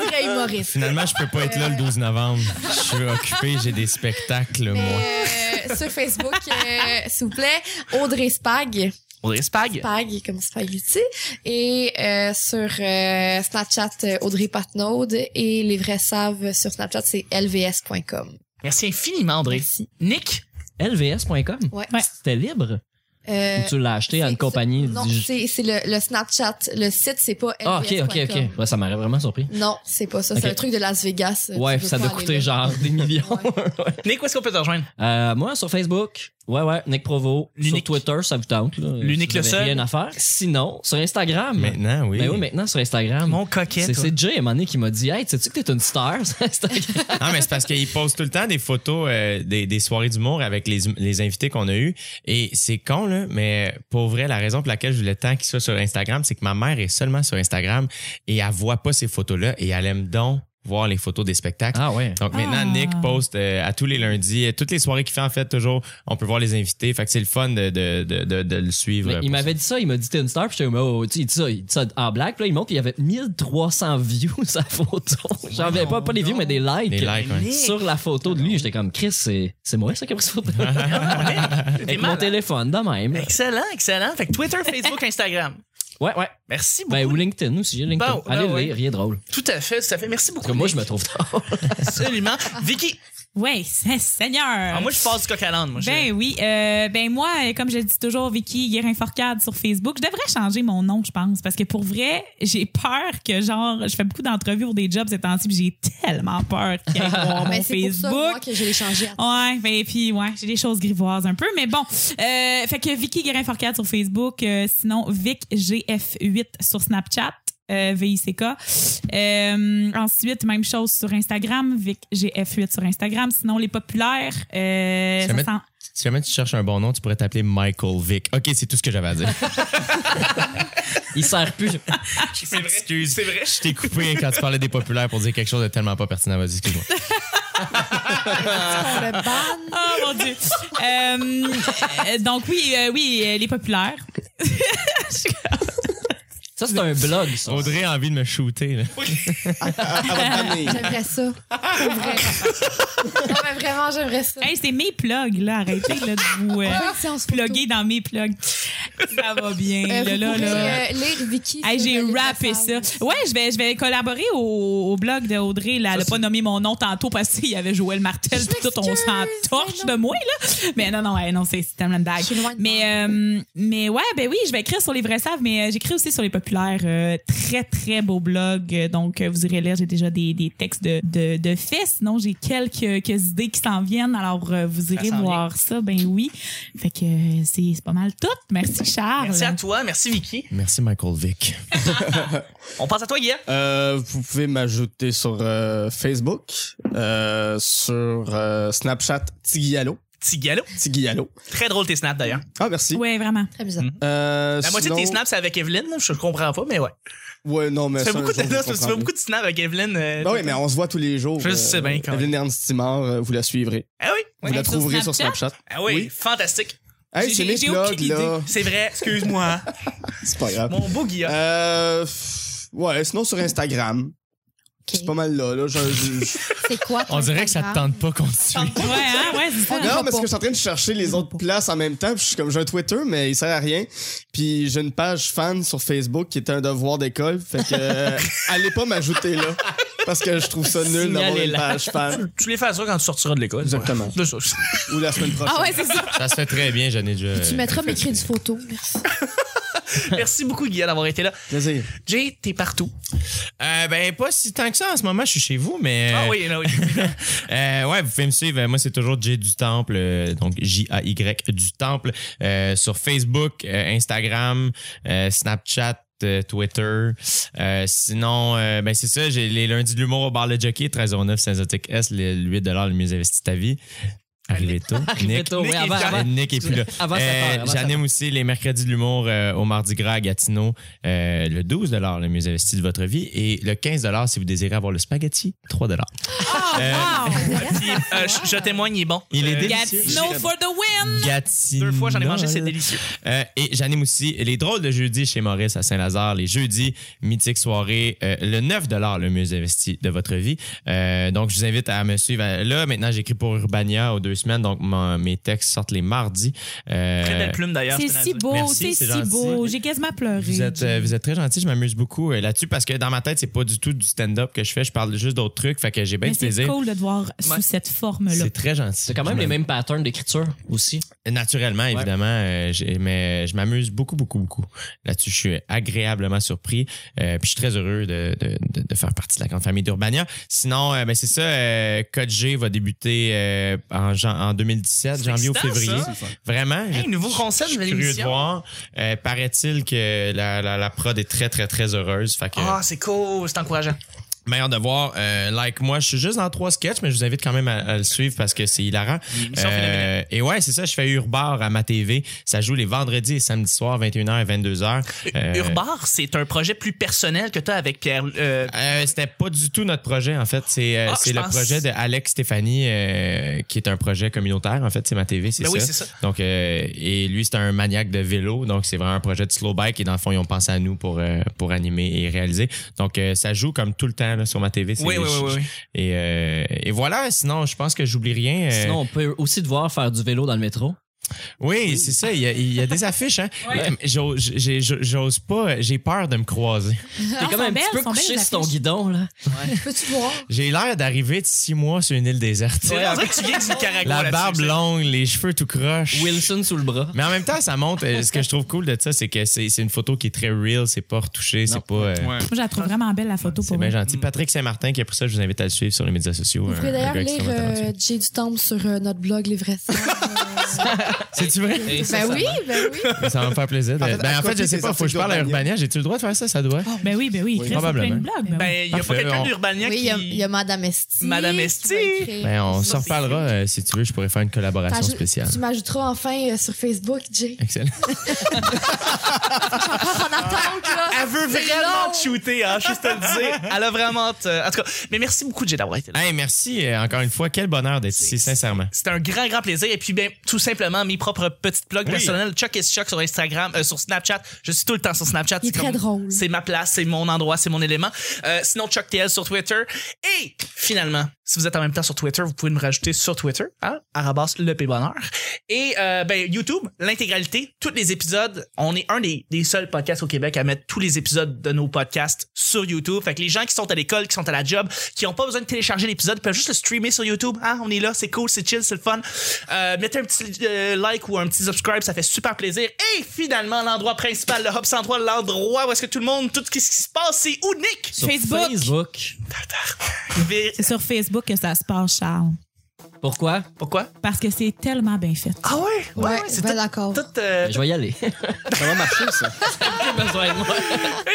Speaker 6: Un vrai humoriste.
Speaker 5: Finalement, je peux pas être là le 12 novembre. Je suis occupé, j'ai des spectacles, moi.
Speaker 6: Mais, euh, sur Facebook, euh, s'il vous plaît, Audrey Spag,
Speaker 1: Audrey Spag.
Speaker 6: Spag comme Spaghetti, et euh, sur euh, Snapchat, euh, Audrey Patnaud, et les vrais savent sur Snapchat, c'est lvs.com.
Speaker 1: Merci infiniment, Audrey.
Speaker 6: Merci.
Speaker 1: Nick,
Speaker 2: LVS.com.
Speaker 6: Ouais.
Speaker 3: Ouais.
Speaker 2: C'était libre.
Speaker 6: Euh,
Speaker 2: Ou tu l'as acheté à
Speaker 6: c'est-
Speaker 2: une compagnie.
Speaker 6: Non,
Speaker 2: du-
Speaker 6: c'est c'est le, le Snapchat, le site, c'est pas lvs.com.
Speaker 2: Ah, ok, ok, ok. Ouais, ça m'aurait vraiment surpris.
Speaker 6: Non, c'est pas ça. C'est
Speaker 2: Ok.
Speaker 6: un truc de Las Vegas.
Speaker 2: Ouais,
Speaker 6: Tu veux
Speaker 2: ça
Speaker 6: pas
Speaker 2: doit
Speaker 6: aller
Speaker 2: coûter (laughs)
Speaker 6: là.
Speaker 2: genre des millions.
Speaker 6: Ouais.
Speaker 1: Nick, où est-ce qu'on peut te rejoindre?
Speaker 2: Euh, moi, sur Facebook, Ouais, ouais, Nick Provo. Sur
Speaker 1: L'unique-
Speaker 2: Twitter, ça vous tente. là,
Speaker 1: L'unique
Speaker 2: si vous
Speaker 1: le
Speaker 2: avez
Speaker 1: seul.
Speaker 2: rien à faire. Sinon, sur Instagram.
Speaker 5: Maintenant, oui.
Speaker 2: Ben oui, maintenant sur Instagram.
Speaker 1: Mon coquet.
Speaker 2: C'est
Speaker 1: toi. (laughs)
Speaker 2: c'est Jay à un moment donné qui m'a dit Hey, sais-tu que t'es une star sur Instagram?
Speaker 5: Non, Ah, mais c'est parce qu'il poste tout le temps des photos euh, des, des soirées d'humour avec les, hum- les invités qu'on a eus. Et c'est con, là, mais pour vrai, la raison pour laquelle je voulais tant qu'il soit sur Instagram, c'est que ma mère est seulement sur Instagram et elle voit pas ces photos-là et elle aime donc voir les photos des spectacles.
Speaker 2: Ah ouais.
Speaker 5: Donc maintenant,
Speaker 3: Ah.
Speaker 5: Nick poste euh, à tous les lundis, euh, toutes les soirées qu'il fait en fait toujours, on peut voir les invités. Fait que c'est le fun de, de, de, de, de le suivre.
Speaker 2: Mais
Speaker 5: euh,
Speaker 2: il
Speaker 5: pour ça.
Speaker 2: m'avait dit ça, il m'a dit t'es une star, puis j'étais comme, oh, tu sais, il dit ça, il dit ça en blague, puis là, il montre qu'il y avait 1300 views sa photo. (laughs) J'en avais pas, pas les views, mais des likes.
Speaker 5: Des likes, ouais.
Speaker 1: Nick.
Speaker 2: Sur la photo de lui, j'étais comme, Chris, c'est c'est moi ça qui a pris cette photo.
Speaker 1: Ah, T'es
Speaker 2: Avec mon
Speaker 1: malade.
Speaker 2: téléphone, de même.
Speaker 1: Excellent, excellent. Fait que Twitter, Facebook, Instagram.
Speaker 2: Ouais, ouais.
Speaker 1: Merci beaucoup.
Speaker 2: Ben, ou LinkedIn aussi, j'ai LinkedIn.
Speaker 1: Bon,
Speaker 2: Allez,
Speaker 1: ben ouais.
Speaker 2: lire, il est drôle.
Speaker 1: Tout à fait, tout à fait. Merci beaucoup.
Speaker 2: Parce que moi,
Speaker 1: Nick.
Speaker 2: je me trouve
Speaker 5: (laughs)
Speaker 2: drôle.
Speaker 1: Absolument. Vicky,
Speaker 3: Oui, c'est- (laughs) Seigneur.
Speaker 1: ah, moi, je passe du coq à l'âne, moi. je-
Speaker 3: Ben oui. euh, ben moi, euh, comme je le dis toujours, Vicky Guérin-Forcade sur Facebook, je devrais changer mon nom, je pense, parce que pour vrai, j'ai peur que, genre, je fais beaucoup d'entrevues pour des jobs ces temps-ci, puis j'ai tellement peur qu'ils aillent voir
Speaker 6: Mais
Speaker 3: mon
Speaker 6: Ben, c'est pour ça,
Speaker 3: Facebook.
Speaker 6: moi, que je l'ai changé. à-
Speaker 3: Ouais, ben puis ouais, j'ai des choses grivoises un peu, mais bon. Euh, fait que Vicky Guérin-Forcade sur Facebook, euh, sinon Vic GF8 sur Snapchat. euh, VICK. Euh, ensuite, même chose sur Instagram, Vic GF8 sur Instagram. Sinon, les populaires, euh,
Speaker 5: Je vais
Speaker 3: ça
Speaker 5: mettre-
Speaker 3: sent-
Speaker 5: Si jamais tu cherches un bon nom, tu pourrais t'appeler Michael Vick. OK, c'est tout ce que j'avais à dire.
Speaker 2: Il sert plus.
Speaker 5: C'est vrai. C'est vrai. Je t'ai coupé quand tu parlais des populaires pour dire quelque chose de tellement pas pertinent. Vas-y, excuse-moi.
Speaker 6: Ah, On le banne.
Speaker 3: Oh mon dieu. Euh, euh, donc oui, euh, oui, euh, les populaires.
Speaker 2: Ça, c'est un blog, ça.
Speaker 5: Audrey a envie de me shooter. là.
Speaker 4: Elle va te tanner.
Speaker 6: J'aimerais ça.
Speaker 2: (laughs)
Speaker 6: Pour vrai. Non, mais vraiment, j'aimerais ça.
Speaker 3: Hey, c'est mes plugs là, arrêtez là, de vous euh,
Speaker 6: Ouais, si on se
Speaker 3: plugger dans mes plugs. Ça va bien. là,
Speaker 6: Euh, vous
Speaker 3: là,
Speaker 6: pourrez,
Speaker 3: là.
Speaker 6: euh, lire Vicky.
Speaker 3: Hey,
Speaker 6: sur
Speaker 3: j'ai
Speaker 6: Valérie
Speaker 3: rappé ça.
Speaker 6: Lassard.
Speaker 3: Ouais, je vais, je vais collaborer au, au blog d'Audrey. Là. Elle n'a pas nommé mon nom tantôt parce qu'il y avait Joël Martel.
Speaker 6: Je
Speaker 3: Puis tout, on
Speaker 6: m'excuse,
Speaker 3: s'en torche de moi. Là. Mais non, non, ouais, non c'est c'est tellement une blague.
Speaker 6: Je suis loin de
Speaker 3: Mais, euh, mais ouais, ben oui, je vais écrire sur les vrais saves, mais euh, j'écris aussi sur les populaires. Euh, très, très beau blog. Euh, Donc, euh, vous irez lire. J'ai déjà des, des textes de, de, de faits. Sinon, j'ai quelques, quelques idées qui s'en viennent. Alors, euh, vous irez
Speaker 1: s'en
Speaker 3: voir ça. Ben oui. Fait que euh, c'est c'est pas mal tout. Merci, Charles.
Speaker 1: Merci à toi, merci Vicky.
Speaker 5: Merci, Michael Vick.
Speaker 1: On passe à toi, Guillaume.
Speaker 4: Euh, vous pouvez m'ajouter sur euh, Facebook, euh, sur euh, Snapchat Tigui
Speaker 1: Petit galop.
Speaker 4: Tiguialo.
Speaker 1: Très drôle tes snaps d'ailleurs.
Speaker 4: Ah, merci.
Speaker 3: Ouais, vraiment.
Speaker 6: Très
Speaker 2: Mhm.
Speaker 6: bizarre.
Speaker 4: Euh,
Speaker 1: La moitié de tes
Speaker 4: sinon-
Speaker 1: snaps, c'est avec Evelyn. là. Je comprends pas, mais ouais.
Speaker 4: Ouais, non, mais
Speaker 1: Tu fais
Speaker 4: ça, un
Speaker 1: beaucoup de,
Speaker 4: jour, vous
Speaker 1: tu fais
Speaker 4: comprendrez.
Speaker 1: beaucoup de snaps avec Evelyn. euh,
Speaker 4: Ben oui, mais on se voit tous les jours. euh,
Speaker 1: Je sais bien quand même.
Speaker 4: Evelyne Ernst Simard, euh, vous la suivrez.
Speaker 1: Ah oui.
Speaker 4: Vous
Speaker 1: oui.
Speaker 4: la
Speaker 3: Sur
Speaker 4: trouverez sur
Speaker 3: Snapchat?
Speaker 4: Snapchat.
Speaker 1: Ah oui, fantastique.
Speaker 4: Hey,
Speaker 1: J'ai-
Speaker 4: c'est mes
Speaker 1: j'ai
Speaker 4: plugs,
Speaker 1: aucune
Speaker 4: là.
Speaker 1: idée. C'est vrai,
Speaker 4: (laughs)
Speaker 1: excuse-moi.
Speaker 4: C'est pas grave.
Speaker 1: Mon beau Guillaume.
Speaker 4: Euh, pff, ouais, sinon sur Instagram. C'est pas mal là. là
Speaker 1: (laughs)
Speaker 4: je, je- je-
Speaker 6: C'est quoi ton
Speaker 5: On dirait que ça te
Speaker 6: programme?
Speaker 5: tente pas qu'on te suive.
Speaker 3: Ouais, hein, ouais, c'est ça.
Speaker 6: On
Speaker 4: Non,
Speaker 6: dira
Speaker 4: parce que
Speaker 6: pas.
Speaker 4: je suis en train de chercher les autres places en même temps. puis je suis comme j'ai un Twitter, mais il sert à rien. Puis j'ai une page fan sur Facebook qui est un devoir d'école. Fait que euh, allez pas m'ajouter là. Parce que je trouve ça nul d'avoir une
Speaker 2: Signalez-la.
Speaker 4: page fan.
Speaker 1: Tu les fais ça quand tu sortiras de l'école.
Speaker 4: Hein? Exactement.
Speaker 1: Ouais. De ça. (laughs)
Speaker 4: Ou la semaine prochaine.
Speaker 6: Ah ouais, c'est ça.
Speaker 5: Ça se fait très bien, j'en ai déjà.
Speaker 6: Tu mettras mes crédits photo.
Speaker 4: (laughs)
Speaker 6: Merci.
Speaker 1: Merci beaucoup, Guillaume, d'avoir été là.
Speaker 4: Plaisir.
Speaker 1: Jay, t'es partout.
Speaker 5: Euh, ben, pas si tant que ça en ce moment, je suis chez vous, mais.
Speaker 1: Ah oui, là,
Speaker 5: (laughs)
Speaker 1: oui.
Speaker 5: Euh, ouais, vous pouvez me suivre. Euh, Moi, c'est toujours J du Temple, euh, donc J-A-Y du Temple, euh, sur Facebook, euh, Instagram, euh, Snapchat. euh, Twitter. Euh, sinon, euh, ben c'est ça, j'ai les lundis de l'humour au bar Le Jockey, 1309 Sensotic S, le le 8 le musée Investi ta vie. Arrivez
Speaker 2: (laughs)
Speaker 5: tôt. Nick,
Speaker 2: Plutôt,
Speaker 1: Nick
Speaker 2: ouais,
Speaker 1: est
Speaker 2: avant,
Speaker 1: fier.
Speaker 5: Euh,
Speaker 2: avant.
Speaker 5: Nick est plus là.
Speaker 2: (laughs) Avant sept heures, avant
Speaker 5: Euh,
Speaker 2: sept heures.
Speaker 5: J'anime aussi les mercredis de l'humour euh, au Mardi Gras à Gatineau, euh, le 12 le mieux investi de votre vie et le 15 si vous désirez avoir le spaghetti, 3 Euh,
Speaker 3: Ah,
Speaker 1: Puis, euh, je, je témoigne, il est bon.
Speaker 5: Il est
Speaker 1: Euh,
Speaker 5: délicieux.
Speaker 3: Gatineau for the win!
Speaker 5: Gatineau.
Speaker 1: Deux fois, j'en ai mangé, c'est délicieux.
Speaker 5: Euh, et j'anime aussi les drôles de jeudi chez Maurice à Saint-Lazare, les jeudis, mythique soirée, euh, le 9 le mieux investi de votre vie. Euh, donc, je vous invite à me suivre. Euh, Là, maintenant, j'écris pour Urbania aux deux semaines, donc mon- mes textes sortent les mardis. Euh,
Speaker 1: Très belle plume d'ailleurs.
Speaker 3: C'est
Speaker 1: je tenais à
Speaker 3: si
Speaker 1: dire.
Speaker 3: beau,
Speaker 5: Merci,
Speaker 3: c'est
Speaker 5: c'est
Speaker 3: si
Speaker 5: gentil.
Speaker 3: beau. J'ai quasiment pleuré.
Speaker 5: Vous êtes, euh, vous êtes très gentil, je m'amuse beaucoup euh, là-dessus parce que dans ma tête, c'est pas du tout du stand-up que je fais, je parle juste d'autres trucs, fait que j'ai bien
Speaker 3: Mais
Speaker 5: du
Speaker 3: c'est
Speaker 5: plaisir.
Speaker 3: cool de te voir sous
Speaker 1: Ouais.
Speaker 3: cette forme-là.
Speaker 5: C'est très gentil.
Speaker 2: C'est quand même
Speaker 5: Je
Speaker 2: les
Speaker 5: m'amuse.
Speaker 2: mêmes patterns d'écriture aussi.
Speaker 5: Naturellement, évidemment, euh, j'ai- mais je m'amuse beaucoup, beaucoup, beaucoup. Là-dessus, je suis agréablement surpris. Euh, puis je suis très heureux de, de, de, de faire partie de la grande famille d'Urbania. Sinon, euh, ben, c'est ça, euh, Code G va débuter euh, en jan- en 2017,
Speaker 1: C'est
Speaker 5: janvier ou
Speaker 1: excitant,
Speaker 5: février.
Speaker 1: ça.
Speaker 5: Vraiment.
Speaker 1: Hey,
Speaker 5: je-
Speaker 1: nouveau
Speaker 5: je-
Speaker 1: concept
Speaker 5: je suis
Speaker 1: de
Speaker 5: curieux de
Speaker 1: l'émission.
Speaker 5: voir. Euh, Paraît-il que la, la, la prod est très, très, très heureuse. Fait que,
Speaker 1: Ah, c'est cool, c'est encourageant.
Speaker 5: meilleur de voir. Euh, like moi, je suis juste dans trois sketchs, mais je vous invite quand même à, à le suivre parce que c'est hilarant. Euh,
Speaker 1: émission phénoménale.
Speaker 5: et ouais, c'est ça, je fais Urbar à ma TV. Ça joue les vendredis et samedis soirs, 21h et 22h. Euh,
Speaker 1: Urbar, c'est un projet plus personnel que toi avec Pierre. euh,
Speaker 5: euh, c'était pas du tout notre projet en fait c'est euh,
Speaker 1: Ah,
Speaker 5: c'est
Speaker 1: je
Speaker 5: le
Speaker 1: pense-
Speaker 5: projet de Alex Stéphanie euh, qui est un projet communautaire en fait c'est ma TV c'est
Speaker 1: Ben
Speaker 5: ça.
Speaker 1: oui, c'est ça.
Speaker 5: donc euh, et lui c'est un maniaque de vélo donc c'est vraiment un projet de slow bike et dans le fond ils ont pensé à nous pour euh, pour animer et réaliser donc euh, ça joue comme tout le temps là, sur ma TV c'est-
Speaker 1: oui, oui, oui, oui.
Speaker 5: et, euh, et voilà, sinon, je pense que j'oublie rien. Euh,
Speaker 2: Sinon, on peut aussi devoir faire du vélo dans le métro.
Speaker 5: Oui, c'est ça, il y a, il y a des affiches. Hein?
Speaker 3: Ouais.
Speaker 5: Mais J'ose j'ai- j'ose pas, j'ai peur de me croiser.
Speaker 3: Ah,
Speaker 2: T'es comme un petit peu couché sur ton guidon, là.
Speaker 6: Peux-tu voir?
Speaker 5: J'ai l'air d'arriver de six mois sur une île déserte.
Speaker 1: C'est vrai, on dirait que tu viens du Nicaragua.
Speaker 5: La
Speaker 1: là-dessus,
Speaker 5: barbe
Speaker 1: c'est-
Speaker 5: longue, les cheveux tout croche.
Speaker 2: Wilson sous le bras.
Speaker 5: Mais en même temps, ça montre. euh, Ce que je trouve cool de ça, c'est que c'est c'est une photo qui est très real, c'est pas retouché, c'est pas. euh,
Speaker 1: Ouais.
Speaker 3: Moi, je la trouve vraiment belle, la photo,
Speaker 5: C'est
Speaker 3: pour
Speaker 5: bien
Speaker 3: vrai.
Speaker 5: gentil. Patrick Saint-Martin, qui a pris ça, je vous invite à le suivre sur les médias sociaux.
Speaker 6: Vous
Speaker 5: un-
Speaker 6: pouvez
Speaker 5: un
Speaker 6: d'ailleurs
Speaker 5: gars extrêmement
Speaker 6: lire
Speaker 5: talentueux.
Speaker 6: euh, Jay du Temple sur euh, notre blog Les Vrais Sens.
Speaker 2: (laughs)
Speaker 6: Euh,
Speaker 5: C'est-tu vrai?
Speaker 6: ben oui, ben oui.
Speaker 5: Ça va me faire plaisir. de-
Speaker 4: En fait,
Speaker 5: ben, en fait, je
Speaker 4: accoter
Speaker 5: sais
Speaker 4: tes
Speaker 5: pas, faut que je parle à
Speaker 4: articles
Speaker 5: Urbania. J'ai-tu le droit de faire ça? Ça doit.
Speaker 3: Ben oui, ben oui, Chris, c'est plein de
Speaker 5: Probablement.
Speaker 3: blogs. Ben, oui.
Speaker 1: Ben, il n'y a pas
Speaker 5: Parfait,
Speaker 1: quelqu'un
Speaker 5: on-
Speaker 1: d'Urbania
Speaker 6: Oui, il y a-
Speaker 1: qui.
Speaker 6: il y, a Madame Esti.
Speaker 1: Madame
Speaker 6: qui
Speaker 1: Esti.
Speaker 6: va écrire.
Speaker 5: Ben, on
Speaker 1: Ça,
Speaker 5: s'en
Speaker 1: c'est-
Speaker 5: reparlera euh, si tu veux. Je pourrais faire une collaboration
Speaker 6: T'aj-
Speaker 5: spéciale.
Speaker 6: Tu m'ajouteras enfin euh, sur Facebook,
Speaker 5: (laughs)
Speaker 6: Jay.
Speaker 1: (laughs)
Speaker 5: Excellent.
Speaker 1: Elle veut vraiment te shooter, hein, juste te le dire. Elle a vraiment. te- En tout cas, mais merci beaucoup, Jay, d'avoir été là.
Speaker 5: Hey, merci euh, encore une fois. Quel bonheur d'être ici, sincèrement.
Speaker 1: C'est un grand, grand plaisir. Et puis, ben, tout simplement, mes propres petites plugs
Speaker 5: Oui.
Speaker 1: personnelles. Chuck is Chuck sur Instagram, euh, sur Snapchat. Je suis tout le temps sur Snapchat.
Speaker 6: Il est
Speaker 1: C'est
Speaker 6: très drôle.
Speaker 1: C'est ma place, c'est mon endroit, c'est mon élément. Euh, sinon, Chuck TL sur Twitter. Et finalement, si vous êtes en même temps sur Twitter, vous pouvez me rajouter sur Twitter, hein, arabas le P bonheur. Et euh, ben, YouTube, l'intégralité, tous les épisodes. On est un des, des seuls podcasts au Québec à mettre tous les épisodes de nos podcasts sur YouTube. Fait que les gens qui sont à l'école, qui sont à la job, qui n'ont pas besoin de télécharger l'épisode, peuvent juste le streamer sur YouTube. Hein, on est là, c'est cool, c'est chill, c'est le fun. Euh, mettez un petit euh, like ou un petit subscribe, ça fait super plaisir. Et finalement, l'endroit principal, le Hop 103, l'endroit où est-ce que tout le monde, tout ce qui se passe, c'est unique.
Speaker 2: Sur
Speaker 3: Facebook.
Speaker 2: Facebook.
Speaker 3: C'est sur Facebook que ça se passe, Charles.
Speaker 2: Pourquoi?
Speaker 1: Pourquoi?
Speaker 3: Parce que c'est tellement bien fait.
Speaker 1: Ah ouais? Ouais,
Speaker 6: Ouais,
Speaker 1: c'est
Speaker 6: ben
Speaker 1: tout-
Speaker 6: d'accord.
Speaker 1: tout, (laughs) euh,
Speaker 2: Je vais y (laughs) aller.
Speaker 4: Ça va marcher, ça.
Speaker 2: (laughs) Pas besoin de moi.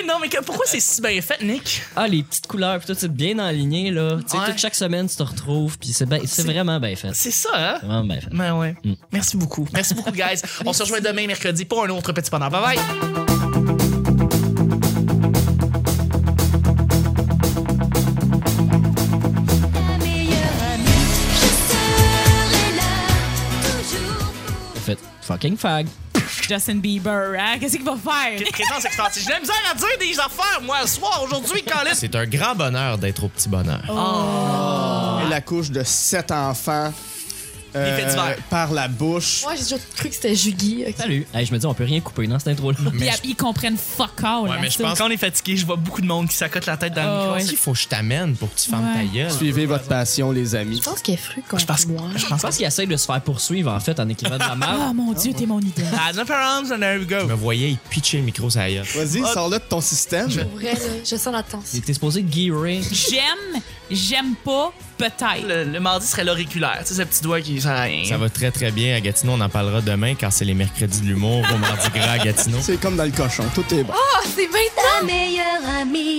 Speaker 1: Eh non, mais que- pourquoi c'est si bien fait, Nick?
Speaker 2: Ah, les petites couleurs, puis tout, c'est bien enligné, là. Tu sais,
Speaker 1: Ouais.
Speaker 2: toute chaque semaine, tu te retrouves, puis c'est ben- c'est vraiment bien fait. C'est
Speaker 1: C'est ça, hein?
Speaker 2: vraiment bien fait.
Speaker 1: Ben ouais. Merci beaucoup. Merci beaucoup, guys. On se rejoint demain, mercredi, pour un autre petit pendant. Bye bye!
Speaker 2: En fait, fucking fag.
Speaker 3: Justin Bieber, hein? Qu'est-ce qu'il va faire?
Speaker 1: Quelle présence extensive. J'ai la misère à dire des affaires, moi, le soir, aujourd'hui, quand là.
Speaker 5: C'est un grand bonheur d'être au petit bonheur.
Speaker 3: Ah.
Speaker 1: Oh.
Speaker 4: La couche de sept enfants euh,
Speaker 1: faits divers.
Speaker 4: par la bouche.
Speaker 6: Moi, j'ai toujours cru que c'était Jugi. ok.
Speaker 2: Salut. Hey, je me dis, on peut rien couper dans cette (laughs) intro-là.
Speaker 3: (laughs) Puis ils comprennent fuck all.
Speaker 5: Ouais,
Speaker 3: là,
Speaker 5: mais je
Speaker 3: ça.
Speaker 5: pense-
Speaker 1: Quand on est fatigué, je vois beaucoup de monde qui s'accote la tête dans le
Speaker 3: Ah
Speaker 1: micro.
Speaker 3: ouais.
Speaker 5: Est-ce qu'il faut que je t'amène pour que tu fermes
Speaker 3: Ouais.
Speaker 5: ta gueule?
Speaker 4: Suivez votre passion, les amis.
Speaker 6: Je pense qu'elle est fru
Speaker 1: Je pense,
Speaker 6: contre moi.
Speaker 1: je
Speaker 2: Je
Speaker 1: pense pas.
Speaker 2: pense qu'il essaie de se faire poursuivre, en fait, en écrivant de la merde. (laughs)
Speaker 3: Oh mon Dieu, t'es mon idole.
Speaker 1: Ah, no problems, and there we
Speaker 5: Je
Speaker 1: go.
Speaker 5: me voyais il pitcher le micro sur la gueule.
Speaker 4: Vas-y, sors-le de ton système.
Speaker 6: Pour vrai, là, je sens la tension.
Speaker 2: Il était supposé gearer.
Speaker 3: J'aime, j'aime pas, peut-être.
Speaker 1: Le, le mardi serait l'auriculaire, tu sais, ce petit doigt qui sert à rien.
Speaker 5: Ça va très très bien à Gatineau, on en parlera demain car c'est les mercredis de l'humour au Mardi Gras à Gatineau.
Speaker 4: C'est comme dans le cochon, tout est bon.
Speaker 6: Ah, c'est maintenant!
Speaker 7: Ta meilleure amie.